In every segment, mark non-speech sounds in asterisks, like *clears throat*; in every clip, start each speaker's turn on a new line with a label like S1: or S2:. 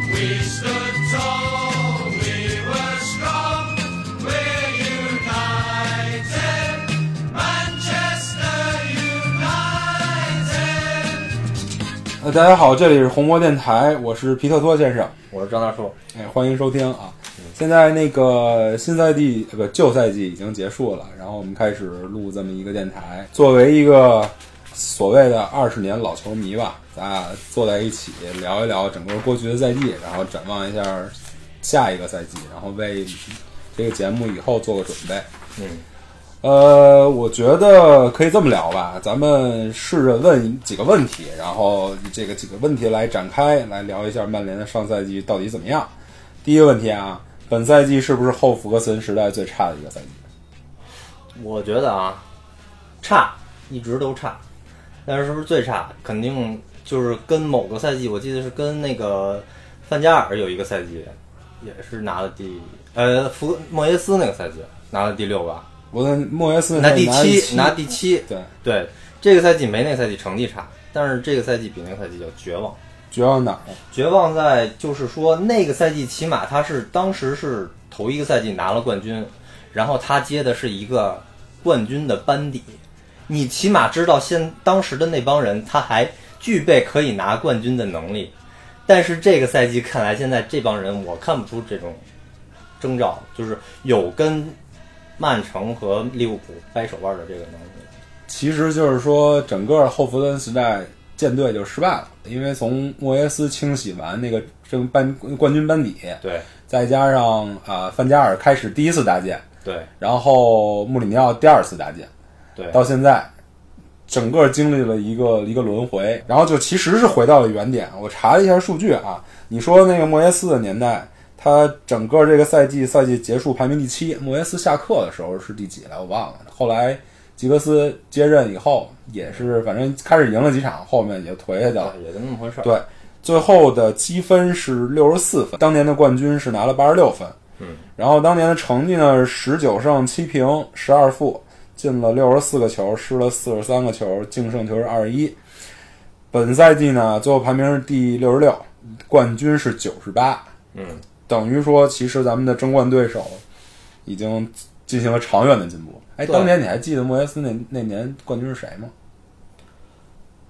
S1: stood tall, we were strong. We're united, Manchester United.
S2: *laughs* 呃，大家好，这里是红魔电台，我是皮特托先生，
S3: 我是张大嗯叔，
S2: 哎，欢迎收听啊。现在那个新赛季呃不旧赛季已经结束了，然后我们开始录这么一个电台。作为一个所谓的二十年老球迷吧，咱俩坐在一起聊一聊整个过去的赛季，然后展望一下下一个赛季，然后为这个节目以后做个准备。
S3: 嗯，
S2: 呃，我觉得可以这么聊吧，咱们试着问几个问题，然后以这个几个问题来展开，来聊一下曼联的上赛季到底怎么样。第一个问题啊，本赛季是不是后福格森时代最差的一个赛季？
S3: 我觉得啊，差一直都差，但是是不是最差？肯定就是跟某个赛季，我记得是跟那个范加尔有一个赛季，也是拿了第呃福莫耶斯那个赛季拿了第六吧，
S2: 我的莫耶斯
S3: 拿第
S2: 拿第
S3: 七，拿第七。
S2: 对，
S3: 对，这个赛季没那个赛季成绩差，但是这个赛季比那个赛季要绝望。
S2: 绝望哪儿了？
S3: 绝望在就是说那个赛季起码他是当时是头一个赛季拿了冠军，然后他接的是一个冠军的班底，你起码知道现当时的那帮人他还具备可以拿冠军的能力，但是这个赛季看来现在这帮人我看不出这种征兆，就是有跟曼城和利物浦掰手腕的这个能力。
S2: 其实就是说，整个后弗森时代舰队就失败了，因为从莫耶斯清洗完那个争班冠军班底，
S3: 对
S2: 再加上啊、范加尔开始第一次搭建。
S3: 对
S2: 然后穆里尼奥第二次搭建，
S3: 对，
S2: 到现在，整个经历了一个一个轮回，然后就其实是回到了原点。我查了一下数据啊，你说那个莫耶斯的年代，他整个这个赛季赛季结束排名第七，莫耶斯下课的时候是第几来我忘了。后来吉格斯接任以后，也是反正开始赢了几场，后面也颓下去了。
S3: 也就那么回事儿。
S2: 对，最后的积分是六十四分，当年的冠军是拿了八十六分，
S3: 嗯，
S2: 然后当年的成绩呢，十九胜七平十二负，进了六十四个球，失了四十三个球，净胜球是二十一。本赛季呢，最后排名是第六十六，冠军是九十八，
S3: 嗯，
S2: 等于说其实咱们的争冠对手已经进行了长远的进步。哎，
S3: 对
S2: 当年你还记得莫耶斯那那年冠军是谁吗？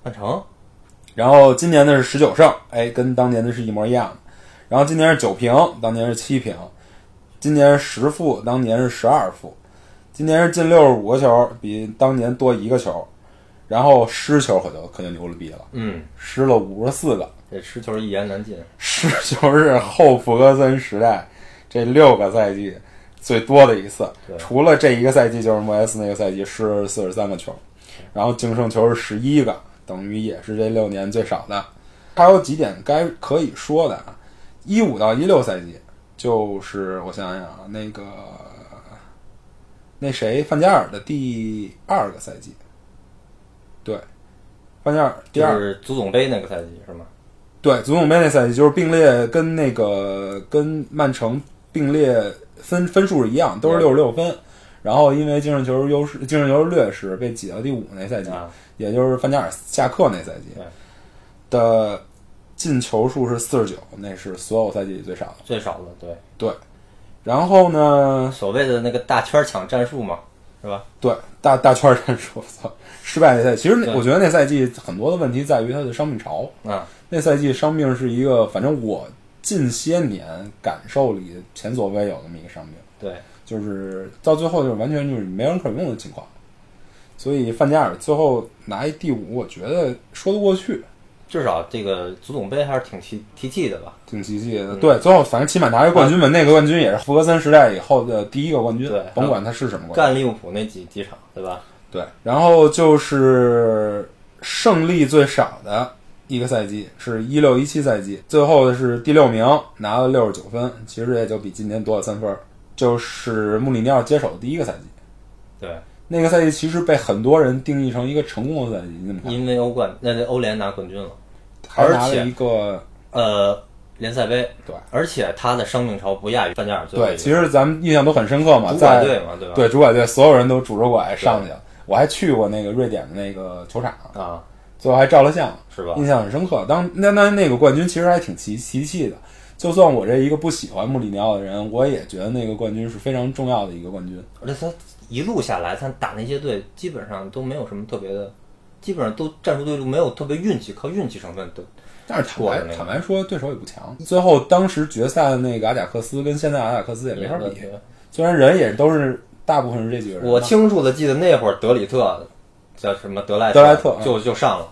S3: 曼城
S2: 然后今年的是十九胜，哎，跟当年的是一模一样的。然后今年是九平，当年是七平；今年是十负，当年是十二负；今年是进六十五个球，比当年多一个球。然后失球可就可就牛了逼了，
S3: 嗯，
S2: 失了五十四个，
S3: 这失球一言难尽。啊
S2: 失球是后弗格森时代这六个赛季最多的一次
S3: 对，
S2: 除了这一个赛季就是莫耶斯那个赛季失四十三个球，然后净胜球是十一个，等于也是这六年最少的。还有几点该可以说的啊，一五到一六赛季就是我想想啊，那个那谁范加尔的第二个赛季，对，范加尔第二
S3: 就是足总杯那个赛季是吗？
S2: 对，足总杯那赛季就是并列跟那个跟曼城并列分分数是一样，都是六十六分。然后因为净胜球优势，净胜球劣势被挤到第五那赛季，
S3: 啊，
S2: 也就是范加尔下课那赛季
S3: 对
S2: 的进球数是四十九，那是所有赛季里最少的。
S3: 最少的对，
S2: 对，然后呢，
S3: 所谓的那个大圈抢战术嘛，是吧？
S2: 对大大圈战术，我 *laughs* 操，失败那赛季，其实那
S3: 对
S2: 我觉得那赛季很多的问题在于他的伤病潮。
S3: 啊，
S2: 那赛季伤病是一个，反正我近些年感受里前所未有的那么一个伤病，
S3: 对，
S2: 就是到最后就是完全就是没人可用的情况。所以范加尔最后拿一第五，我觉得说得过去，
S3: 至少这个足总杯还是挺提提气的吧？
S2: 挺奇迹
S3: 嗯
S2: 的。对，最后反正起码拿一冠军嘛，那个冠军也是弗格森时代以后的第一个冠军
S3: 对，
S2: 甭管他是什么冠军。
S3: 干利物浦那几几场，对吧？
S2: 对，然后就是胜利最少的一个赛季是一六一七赛季，最后的是第六名，拿了六十九分，其实也就比今年多了三分儿。就是穆里尼奥接手的第一个赛季，
S3: 对，
S2: 那个赛季其实被很多人定义成一个成功的赛季，你怎么看？
S3: 因为欧冠那那欧联拿冠军了，
S2: 还拿
S3: 而
S2: 了
S3: 且
S2: 一个
S3: 呃，联赛杯，
S2: 对
S3: 而且他的伤病潮不亚于范加尔最后一
S2: 对，
S3: 个
S2: 其实咱们印象都很深刻嘛，
S3: 主
S2: 在
S3: 管队嘛，对吧？
S2: 对主管队，所有人都拄着拐上去了。我还去过那个瑞典的那个球场，
S3: 啊，
S2: 最后还照了相，
S3: 是吧
S2: 印象很深刻。当那那那个冠军其实还挺奇奇气的，就算我这一个不喜欢穆里尼奥的人，我也觉得那个冠军是非常重要的一个冠军。
S3: 而且他一路下来，他打那些队基本上都没有什么特别的，基本上都战术对路没有特别运气，靠运气成分的。
S2: 但是坦
S3: 过
S2: 白
S3: 了那个
S2: 坦白说，对手也不强。最后当时决赛的那个阿贾克斯跟现在阿贾克斯也没法比，虽然人也都是大部分是这几个人嘛。
S3: 我清楚的记得那会儿德里特叫什么德莱
S2: 德莱特嗯
S3: 就就上了，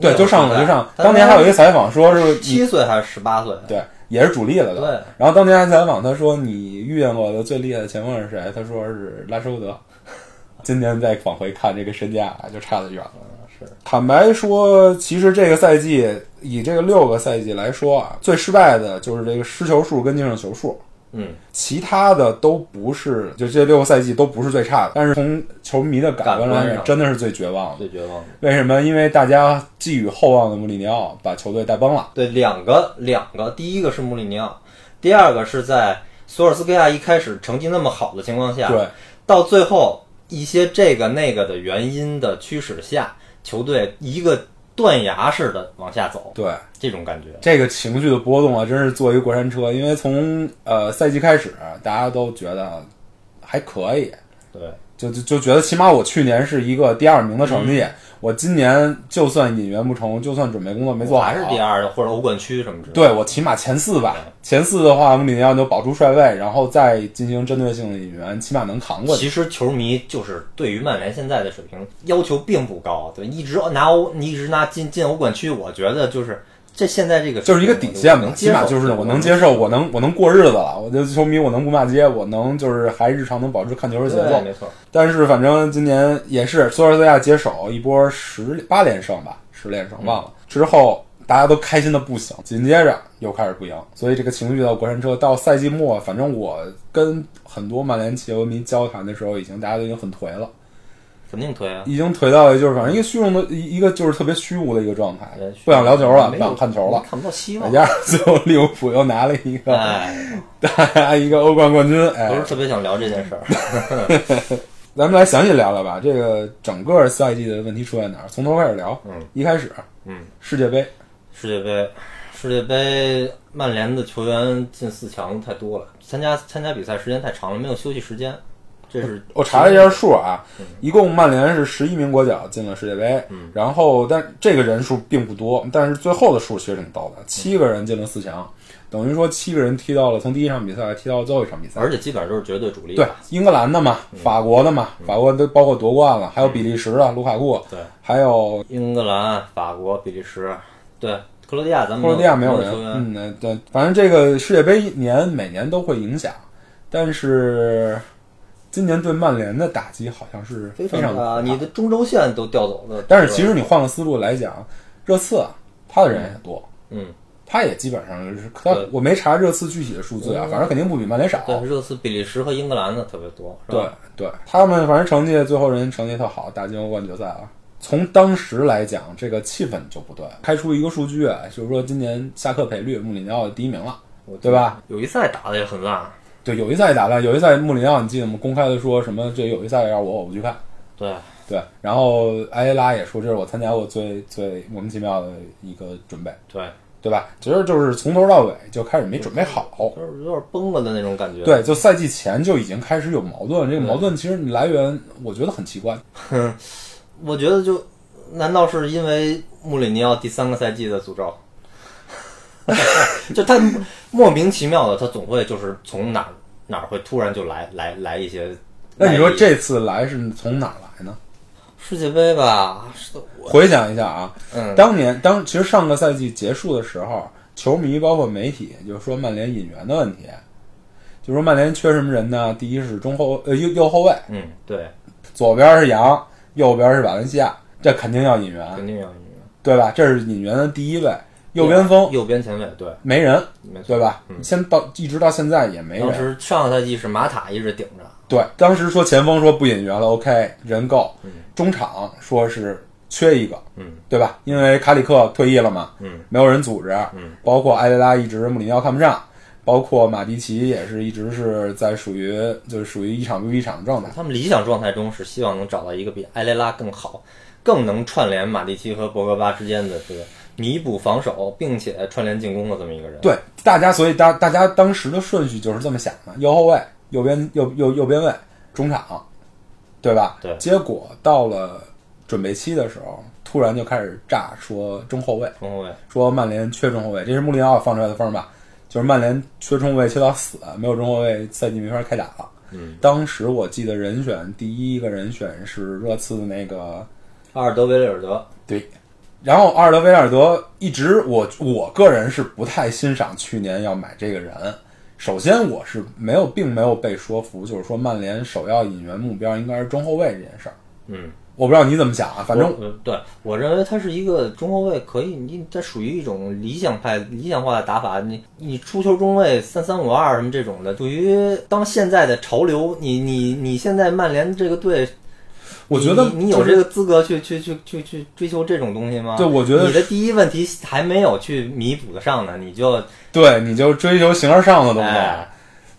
S2: 对就上
S3: 那
S2: 了
S3: 会儿
S2: 就上。
S3: 他
S2: 当年还有一个采访说是你
S3: 七岁还是十八岁？
S2: 对，也是主力了都。
S3: 对
S2: 然后当年还采访他说：“你遇见过的最厉害的前锋是谁？”他说是拉什福德。 *laughs* 今年再往回看这个身价就差得远了。
S3: 是
S2: 坦白说，其实这个赛季以这个六个赛季来说啊，最失败的就是这个失球数跟净胜球数。
S3: 嗯，
S2: 其他的都不是，就这六个赛季都不是最差的，但是从球迷的感官
S3: 感
S2: 来
S3: 官
S2: 讲，
S3: 上
S2: 真的是最绝望的。
S3: 最绝望的。
S2: 为什么？因为大家寄予厚望的穆里尼奥把球队带崩了。
S3: 对，两个两个，第一个是穆里尼奥，第二个是在索尔斯克亚一开始成绩那么好的情况下，
S2: 对，
S3: 到最后一些这个那个的原因的驱使下，球队一个断崖式的往下走，
S2: 对，
S3: 这种感觉。
S2: 这个情绪的波动啊，真是坐一过山车。因为从呃赛季开始，大家都觉得还可以，
S3: 对，
S2: 就就就觉得起码我去年是一个第二名的成
S3: 嗯
S2: 绩，我今年就算引援不成，就算准备工作没做好，
S3: 还是第。二或者欧冠区什么之类的。
S2: 对我起码前四吧，前四的话，穆里尼奥就保住帅位，然后再进行针对性的引援，起码能扛过去。
S3: 其实球迷就是对于曼联现在的水平要求并不高，对，一直拿欧，你一直拿进进欧冠区，我觉得就是这现在这个
S2: 就是一个
S3: 水平
S2: 底线
S3: 我
S2: 吧，
S3: 能
S2: 起
S3: 接受
S2: 码就是我能接受，我能我能过日子了，我就球迷我能不骂街，我能就是还日常能保持看球的节
S3: 对
S2: 奏，
S3: 没错，
S2: 但是反正今年也是索尔斯克亚接手一波十八连胜吧，十连胜忘了。之后大家都开心的不行，紧接着又开始不赢，所以这个情绪到过山车到赛季末，反正我跟很多曼联球迷交谈的时候，已经大家都已经很颓了，
S3: 肯定推啊。
S2: 已经颓到了就是反正一个虚荣的一一个就是特别虚无的一个状态
S3: 对，
S2: 不想聊球了，
S3: 哎没
S2: 不
S3: 有
S2: 想看球了。 *laughs* 哎
S3: 看不到希
S2: 再
S3: 望。
S2: 加上最后利物浦又拿了一个、
S3: 哎，
S2: 大家一个欧冠冠军，哎，
S3: 不是特别想聊这件
S2: *laughs*
S3: 事儿。
S2: 咱们来详细聊聊吧，这个整个赛季的问题出在哪儿？从头开始聊。
S3: 嗯，
S2: 一开始，
S3: 嗯，
S2: 世界杯，
S3: 世界杯，世界杯，曼联的球员进四强太多了，参加参加比赛时间太长了，没有休息时间。这是
S2: 我查了一下数啊，一共曼联是十一名国脚进了世界杯，嗯，然后但这个人数并不多，但是最后的数其实挺逗的，七个人进了四强，等于说七个人踢到了从第一场比赛踢到最后一场比赛。
S3: 而且基本上都是绝对主力。
S2: 对，英格兰的嘛，法国的嘛，法国都包括夺冠了，还有比利时啊的卢卡库，
S3: 对，
S2: 还有
S3: 英格兰、法国、比利时，对，克罗地亚，咱们
S2: 克罗地亚没
S3: 有
S2: 有
S3: 没
S2: 人
S3: 球，员。
S2: 嗯，呃对，反正这个世界杯一年每年都会影响，但是今年对曼联的打击好像是非
S3: 常
S2: 常
S3: 大，你的中轴线都调走了。
S2: 但是其实你换个思路来讲，热刺啊他的人也多，
S3: 嗯，
S2: 他也基本上是他
S3: 对，
S2: 我没查热刺具体的数字啊，反正肯定不比曼联少。
S3: 对，热刺、比利时和英格兰的特别多，是
S2: 对
S3: 吧？
S2: 对，他们反正成绩最后人成绩特好，打进欧冠决赛了。从当时来讲，这个气氛就不对。开出一个数据啊，就是说今年下课赔率穆里尼奥第一名了，对吧？
S3: 有一赛打的也很烂，
S2: 对，有一赛打烂，有一赛穆里尼奥，你记得吗？公开的说什么这有一赛要我我不去看。
S3: 对，
S2: 对，然后埃拉也说这是我参加过最最莫名其妙的一个准备，
S3: 对，
S2: 对吧？其实就是从头到尾就开始没准备好，
S3: 就是有点崩了的那种感觉。
S2: 对，就赛季前就已经开始有矛盾，这个矛盾其实来源我觉得很奇怪，
S3: 我觉得就难道是因为穆里尼奥第三个赛季的诅
S2: *laughs*
S3: 咒？就他莫名其妙的，他总会就是从哪儿哪儿会突然就来来来一些。
S2: 那你说
S3: 来一
S2: 这次来是从哪儿来呢？
S3: 世界杯吧？是我
S2: 回想一下啊，
S3: 嗯
S2: 当年当其实上个赛季结束的时候，球迷包括媒体就说曼联引援的问题，就说曼联缺什么人呢？第一是中后呃右右后卫，
S3: 嗯，对，
S2: 左边是杨，右边是瓦伦西亚，这肯定要引援，
S3: 肯定要啊
S2: 对吧？这是引援的第一位，啊右边锋
S3: 右边前卫，对，
S2: 没人，
S3: 没错，嗯
S2: 对吧？先到一直到现在也没
S3: 当
S2: 人。
S3: 时上个赛季是马塔一直顶着，
S2: 对，当时说前锋说不引援了，OK，人够，中场说是缺一个，
S3: 嗯，
S2: 对吧？因为卡里克退役了嘛，
S3: 嗯，
S2: 没有人组织，嗯，包括埃雷拉一直穆里尼奥看不上，包括马蒂奇也是一直是在属于就是属于一场不如一场的状态，
S3: 他们理想状态中是希望能找到一个比埃雷拉更好、更能串联马蒂奇和博格巴之间的这个弥补防守，并且串联进攻的这么一个人。，
S2: 对，大家所以大大家当时的顺序就是这么想的：右后卫、右边右右右边卫、中场，对吧？
S3: 对
S2: 结果到了准备期的时候，突然就开始炸说中后卫，
S3: 中后卫
S2: 说曼联缺中后卫，这是穆里尼奥放出来的风吧？就是曼联缺中后卫缺到死，没有中后卫赛季没法开打了。
S3: 嗯，
S2: 当时我记得人选第一个人选是热刺的那个
S3: 阿尔德维雷尔德，
S2: 对，然后阿尔德维尔德一直我我个人是不太欣赏去年要买这个人。首先，我是没有，并没有被说服，就是说曼联首要引援目标应该是中后卫这件事儿。
S3: 嗯，
S2: 我不知道你怎么想啊，反正
S3: 我呃对我认为他是一个中后卫，可以，你它属于一种理想派、理想化的打法。你你出球中卫三三五二什么这种的，属于当现在的潮流。你你你现在曼联这个队，
S2: 我
S3: 你
S2: 觉得
S3: 你你
S2: 就
S3: 有
S2: 是
S3: 这个资格去去去去去追求这种东西吗？
S2: 对我觉得
S3: 你的第一问题还没有去弥补得上呢，你就
S2: 对，你就追求形而上的东西。
S3: 哎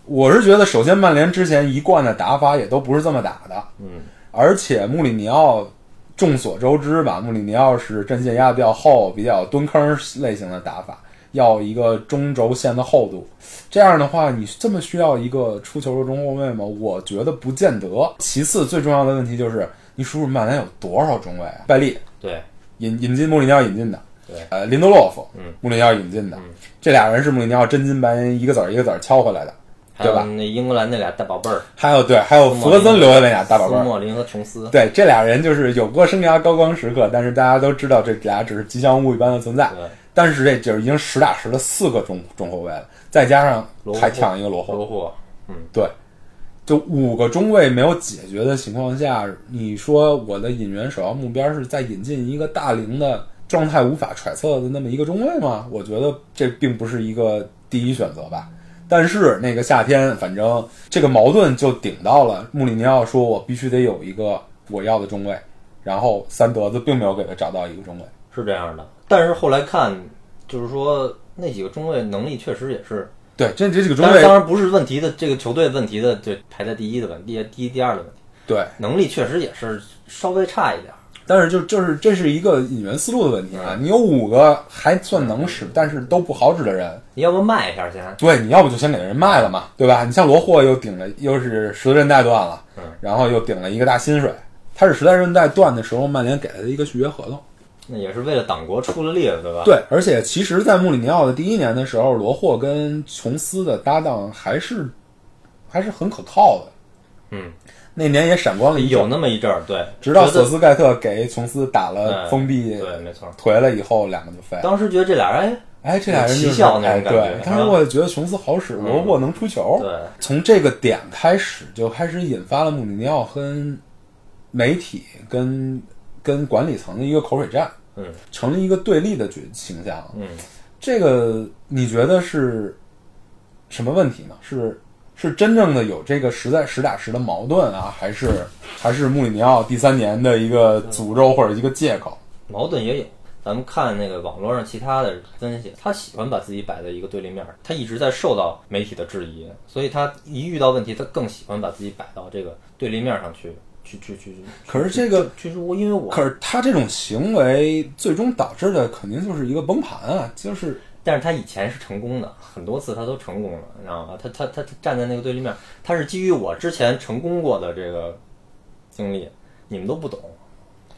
S2: 我是觉得，首先曼联之前一贯的打法也都不是这么打的，
S3: 嗯，
S2: 而且穆里尼奥众所周知吧，穆里尼奥是阵线压得比较厚、比较蹲坑类型的打法，要一个中轴线的厚度。这样的话，你这么需要一个出球的中后卫吗？我觉得不见得。其次，最重要的问题就是，你数数曼联有多少中卫啊？拜利、
S3: 对
S2: 引引进穆里尼奥引进的，
S3: 对
S2: 呃，林德洛夫，
S3: 嗯，
S2: 穆里尼奥引进的，
S3: 嗯
S2: 这俩人是穆里尼奥真金白银一个子儿一个子儿敲回来的，
S3: 还
S2: 对
S3: 有
S2: 吧？
S3: 那英格兰那俩大宝贝儿，
S2: 还有对，还有弗格森留下那俩大宝贝
S3: 斯
S2: 儿，
S3: 莫林和琼斯，
S2: 对，这俩人就是有过生涯高光时刻，但是大家都知道这俩只是吉祥物一般的存在。
S3: 对，
S2: 但是这就是已经实打实的四个中中后卫了，再加上
S3: 罗布
S2: 还抢一个罗后，
S3: 罗霍，
S2: 对，就五个中卫没有解决的情况下，你说我的引援首要目标是在引进一个大龄的状态无法揣测的那么一个中卫吗？我觉得这并不是一个第一选择吧。但是那个夏天，反正这个矛盾就顶到了穆里尼奥说，我必须得有一个我要的中卫，然后三德子并没有给他找到一个中卫。
S3: 是这样的。但是后来看，就是说那几个中卫能力确实也是，
S2: 对，这这几个中
S3: 当然当
S2: 卫，
S3: 然不是问题的这个球队问题的，对排在第一的问第第一第二的问题，
S2: 对，
S3: 能力确实也是稍微差一点儿。
S2: 但是就就是这是一个引援思路的问题啊！你有五个还算能使，但是都不好使的人，
S3: 你要不卖一下先？
S2: 对，你要不就先给人卖了嘛，对吧？你像罗霍又顶了，又是十字韧带断了
S3: 嗯，
S2: 然后又顶了一个大薪水。他是十字韧带断的时候，曼联给了他一个续约合同。
S3: 那也是为了党国出了力了，对吧？
S2: 对，而且其实，在穆里尼奥的第一年的时候，罗霍跟琼斯的搭档还是还是很可靠的。
S3: 嗯，
S2: 那年也闪光了一阵
S3: 有，那么一阵儿，对，
S2: 直到
S3: 觉
S2: 索
S3: 得
S2: 斯盖特给琼斯打了
S3: 哎
S2: 封闭
S3: 对，没错。
S2: 颓了以后，两个就废了。
S3: 当时觉得这俩人，哎，
S2: 哎，这俩人就
S3: 奇
S2: 是
S3: 效那
S2: 哎，
S3: 种感觉啊嗯
S2: 对，当时我也觉得琼斯好使，罗沃能出球。
S3: 哎对，
S2: 从这个点开始，就开始引发了穆里尼奥跟媒体、跟跟管理层的一个口水战，
S3: 嗯
S2: 成了一个对立的角形象。
S3: 嗯，
S2: 这个你觉得是什么问题呢？是是真正的有这个实在实打实的矛盾啊，还是还是穆里尼奥第三年的一个诅咒或者一个借口？
S3: 矛盾也有。咱们看那个网络上其他的分析，他喜欢把自己摆在一个对立面儿，他一直在受到媒体的质疑，所以他一遇到问题，他更喜欢把自己摆到这个对立面儿上去，去去去。去
S2: 可是这个
S3: 其实我因为我，
S2: 可是他这种行为最终导致的肯定就是一个崩盘啊，就是
S3: 但是他以前是成功的，很多次他都成功了，你知道吗？他他他他站在那个对立面儿，他是基于我之前成功过的这个经历，你们都不懂， *laughs*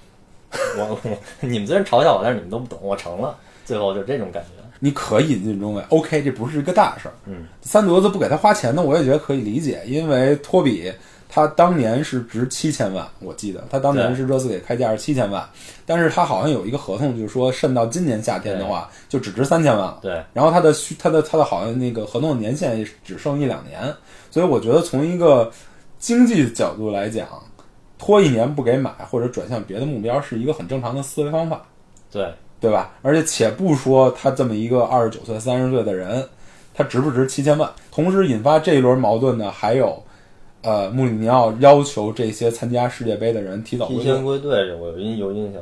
S3: 我我你们虽然嘲笑我，但是你们都不懂，我成了，最后就这种感觉。
S2: 你可引进中卫，OK，这不是一个大事儿。
S3: 嗯，
S2: 三德子不给他花钱呢，我也觉得可以理解，因为托比他当年是值七千万，我记得他当年
S3: 对
S2: 是热刺给开价是七千万，但是他好像有一个合同，就是说剩到今年夏天的话，就只值三千万了。
S3: 对，
S2: 然后他的续他的他的好像那个合同年限也只剩一两年，所以我觉得从一个经济角度来讲，拖一年不给买或者转向别的目标是一个很正常的思维方法，
S3: 对，
S2: 对吧？而且且不说他这么一个二十九岁、三十岁的人，他值不值七千万？同时引发这一轮矛盾呢，还有呃穆里尼奥要求这些参加世界杯的人提早
S3: 提
S2: 归
S3: 前
S2: 队，
S3: 归队这我有印有印象，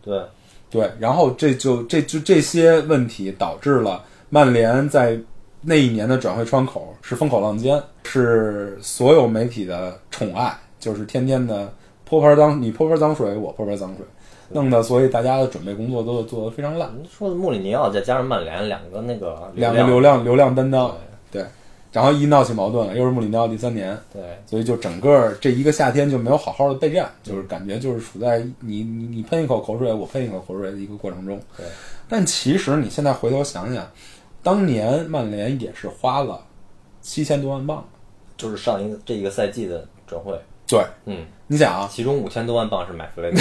S3: 对，
S2: 对，然后这就这就这些问题导致了曼联在那一年的转会窗口是风口浪尖，是所有媒体的宠爱，就是天天的泼盆脏你泼盆脏水，我泼盆脏水。弄得所以大家的准备工作都做得非常烂，
S3: 您说的穆里尼奥再加上曼联两个那个
S2: 两个流量流量担当，对，然后一闹起矛盾了，又是穆里尼奥第三年，
S3: 对，
S2: 所以就整个这一个夏天就没有好好的备战，就是感觉就是处在你你你喷一口口水，我喷一口口水的一个过程中。
S3: 对，
S2: 但其实你现在回头想想，当年曼联也是花了七千多万镑，
S3: 就是上一个这一个赛季的转会，
S2: 对，
S3: 嗯，
S2: 你想啊，
S3: 其中五千多万镑是买
S2: *laughs*
S3: 弗雷德，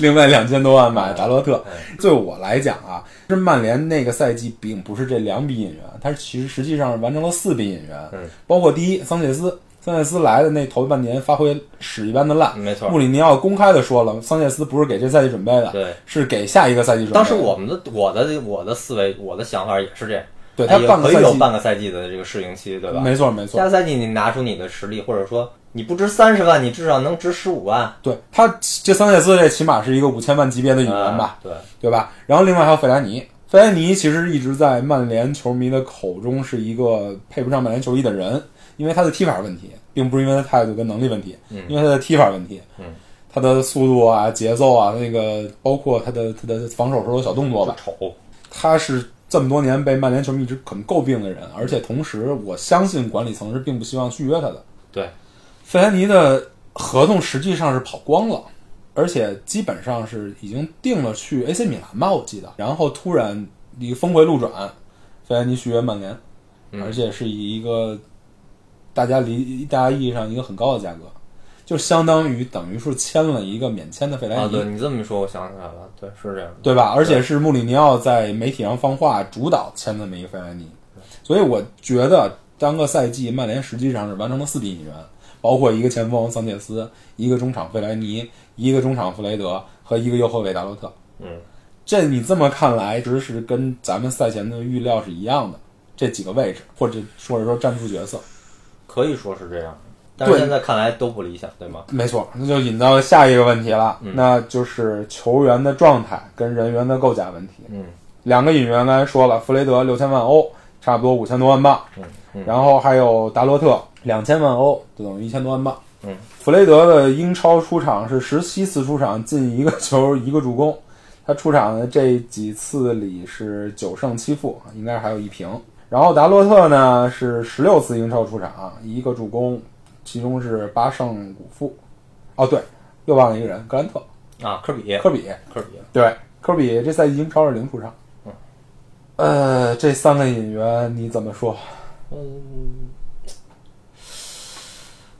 S2: 另外两千多万
S3: 嗯
S2: 买达洛特。对我来讲啊，是曼联那个赛季并不是这两笔引援，它其实实际上完成了四笔引援，
S3: 嗯
S2: 包括第一桑切斯。桑切斯来的那头半年发挥屎一般的烂，
S3: 嗯没错
S2: 穆里尼奥公开的说了，桑切斯不是给这赛季准备的，
S3: 对
S2: 是给下一个赛季准备的。
S3: 当时我们的我的我的思维我的想法也是这样，
S2: 对
S3: 哎
S2: 他半个
S3: 可以
S2: 赛
S3: 有
S2: 季
S3: 半个赛季的这个适应期，对吧？
S2: 没错没错
S3: 下，个赛季你拿出你的实力，或者说你不值三十万，你至少能值十五万，
S2: 对他这桑切斯这起码是一个五千万级别的引援吧，
S3: 啊对，
S2: 对吧？然后另外还有费莱尼，费莱尼其实一直在曼联球迷的口中是一个配不上曼联球衣的人，因为他的踢法问题，并不是因为他态度跟能力问题，因为他的踢法问题，
S3: 嗯
S2: 他的速度啊、节奏啊，那个包括他的他的防守时候的小动作吧
S3: 就，丑，
S2: 他是这么多年被曼联球迷一直很诟病的人，而且同时我相信管理层是并不希望续约他的。
S3: 对，
S2: 费兰尼的合同实际上是跑光了，而且基本上是已经定了去 AC 米兰吧，我记得。然后突然一个峰回路转，费兰尼续约曼联，
S3: 嗯
S2: 而且是以一个大家理大家意义上一个很高的价格，就相当于等于是签了一个免签的费兰尼。
S3: 啊，对你这么一说，我想起来了，对，是这样的，
S2: 对吧？而且是穆里尼奥在媒体上放话，主导签这么一个费莱尼，所以我觉得单个赛季曼联实际上是完成了四笔引援，包括一个前锋桑切斯，一个中场费莱尼，一个中场弗雷德和一个右后卫达洛特。
S3: 嗯，
S2: 这你这么看来，其实是跟咱们赛前的预料是一样的，这几个位置或者说是说战术角色，
S3: 可以说是这样，但是
S2: 对
S3: 现在看来都不理想，对吗？嗯
S2: 没错，那就引到下一个问题了，那就是球员的状态跟人员的构架问题。
S3: 嗯，
S2: 两个引援刚才说了，弗雷德六千万欧，差不多五千多万镑，
S3: 嗯嗯
S2: 然后还有达洛特两千万欧，就等于一千多万镑。
S3: 嗯，
S2: 弗雷德的英超出场是十七次出场，进一个球 *laughs* 一个助攻，他出场的这几次里是九胜七负，应该还有一平。然后达洛特呢是十六次英超出场，一个助攻，其中是八胜五负。哦，对，又忘了一个人，格兰特、
S3: 啊，科比，
S2: 科比，
S3: 科比，
S2: 对，科比这赛季英超是零出场。嗯呃，这三个引援你怎么说？
S3: 嗯，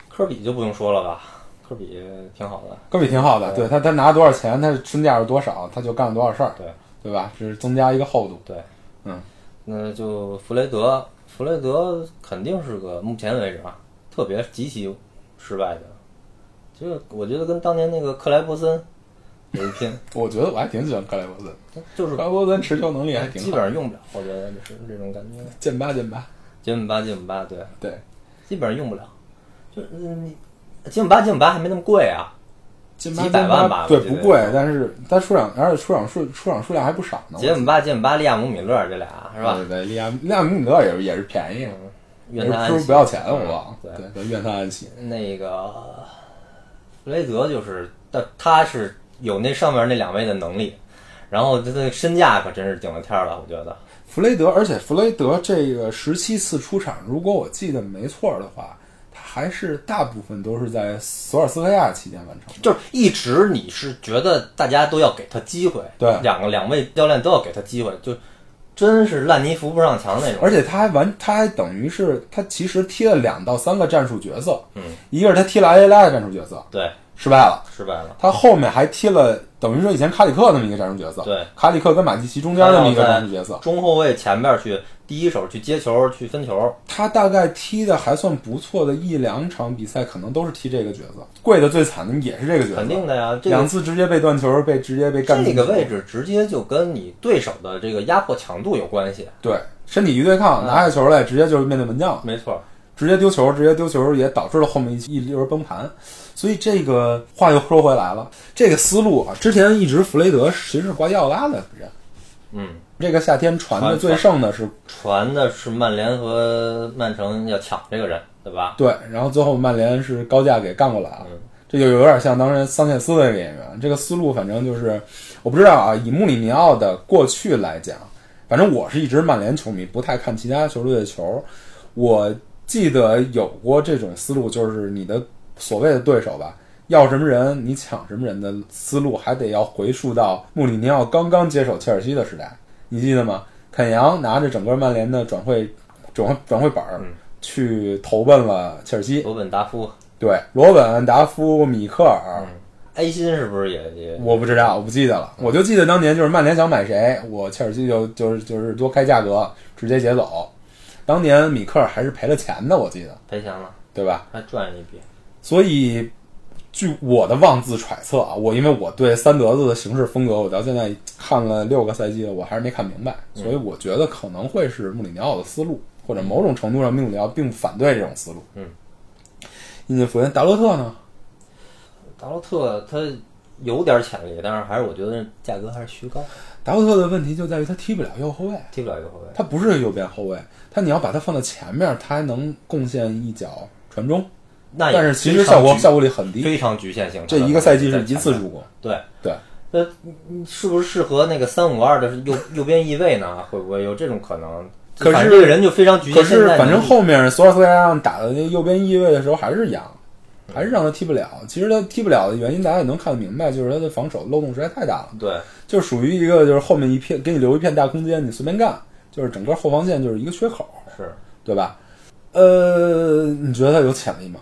S3: 科比就不用说了吧，科比挺好的，
S2: 科比挺好的，对他他拿多少钱，他身价是多少，他就干了多少事儿，
S3: 对
S2: 对吧？只是增加一个厚度。
S3: 对，
S2: 嗯，
S3: 那就弗雷德，弗雷德肯定是个目前为止啊，特别极其失败的，这个我觉得跟当年那个克莱伯森有一拼，
S2: 我觉得我还挺喜欢克莱伯森，
S3: 就是
S2: 克莱伯森持球能力还
S3: 基
S2: 挺好
S3: 本，上用不了，我觉得就是这种感觉，
S2: 见吧见吧，
S3: 吉姆巴吉姆巴对，
S2: 对，
S3: 基本上用不了，就是嗯你吉姆巴吉姆巴还没那么贵啊，
S2: 见吧
S3: 几百
S2: 见吧
S3: 万吧
S2: 对
S3: 我记
S2: 不
S3: 得
S2: 贵，但是他出场，而且出场数出场数量还不少呢，
S3: 吉姆巴吉姆巴利亚姆米勒这俩是
S2: 是
S3: 吧？
S2: 对对，利亚利亚姆米勒也是也是便宜，也
S3: 愿
S2: 是
S3: 他安
S2: 不
S3: 息
S2: 是不要钱，我忘了，
S3: 对
S2: 对对，怨他安息。
S3: 那个弗雷德就是，但他是有那上面那两位的能力，然后他的身价可真是顶了天儿了，我觉得。
S2: 弗雷德，而且弗雷德这个十七次出场，如果我记得没错的话，他还是大部分都是在索尔斯克亚期间完成的。
S3: 就是一直你是觉得大家都要给他机会，
S2: 对
S3: 两个两位教练都要给他机会，就真是烂泥扶不上墙那种。
S2: 而且他还完，他还等于是他其实踢了两到三个战术角色，嗯，一个是他踢了埃雷拉的战术角色，
S3: 对，
S2: 失败了，
S3: 失败了。
S2: 他后面还踢了等于说以前卡里克那么一个战术角色，
S3: 对，
S2: 卡里克跟马蒂奇中间那么一个战术角色，
S3: 中后卫前边去第一手去接球去分球，
S2: 他大概踢的还算不错的一两场比赛，可能都是踢这个角色，跪的最惨的也是这个角色，
S3: 肯定的呀。这个
S2: 两次直接被断球，被直接被干
S3: 这
S2: 进
S3: 个
S2: 球
S3: 位置直接就跟你对手的这个压迫强度有关系，
S2: 对，身体一对抗，
S3: 嗯
S2: 拿下球来，直接就是面对门将了，
S3: 没错。
S2: 直接丢球，直接丢球，也导致了后面一一轮崩盘。所以这个话又说回来了，这个思路啊，之前一直弗雷德其实是瓜迪奥拉的人，
S3: 嗯，
S2: 这个夏天传的
S3: 传
S2: 最盛的是
S3: 传的是曼联和曼城要抢这个人，对吧？嗯
S2: 对，然后最后曼联是高价给干过来了。这就有点像当时桑切斯的演员。这个思路反正就是我不知道啊，以穆里尼奥的过去来讲，反正我是一直曼联球迷，不太看其他球队的球。我记得有过这种思路，就是你的所谓的对手吧，要什么人你抢什么人的思路，还得要回溯到穆里尼奥刚刚接手切尔西的时代，你记得吗？肯扬拿着整个曼联的转会转会转会板儿去投奔了切尔西，
S3: 罗本达夫
S2: 对，罗本、达夫、米克尔，
S3: ，A 心是不是也也
S2: 我不知道，我不记得了。我就记得当年就是曼联想买谁，我切尔西就就是就是多开价格，直接劫走。当年米克尔还是赔了钱的，我记得，
S3: 赔钱了，
S2: 对吧？
S3: 还赚了一笔？
S2: 所以，据我的妄自揣测啊，我因为我对三德子的行事风格，我到现在看了六个赛季了，我还是没看明白，
S3: 嗯
S2: 所以我觉得可能会是穆里尼奥的思路，或者某种程度上穆里尼奥并不反对这种思路。
S3: 嗯，
S2: 印进福音达洛特呢？
S3: 达洛特他有点潜力，但是还是我觉得价格还是虚高，
S2: 达洛特的问题就在于他踢不了右后卫，
S3: 踢不了右后卫。
S2: 他不是右边后卫，他你要把他放到前面，他还能贡献一脚传中，
S3: 那也
S2: 但是其实
S3: 非常
S2: 效果
S3: 局
S2: 效果率很低。
S3: 非常局限性，
S2: 这
S3: 他的
S2: 一个赛季是
S3: 能力
S2: 一次助攻，
S3: 对。
S2: 对，
S3: 那你是不是适合那个三五二的右右边翼位呢？会不会有这种可能？
S2: 可是
S3: 反正这个人就非常局限。
S2: 可是
S3: 现在
S2: 反正
S3: 你
S2: 后面索尔斯克亚打的那个右边翼位的时候还是扬，还是让他踢不了。其实他踢不了的原因大家也能看得明白，就是他的防守漏洞实在太大了，
S3: 对
S2: 就属于一个就是后面一片给你留一片大空间，你随便干，就是整个后防线就是一个缺口，
S3: 是，
S2: 对吧？呃，你觉得他有潜力吗？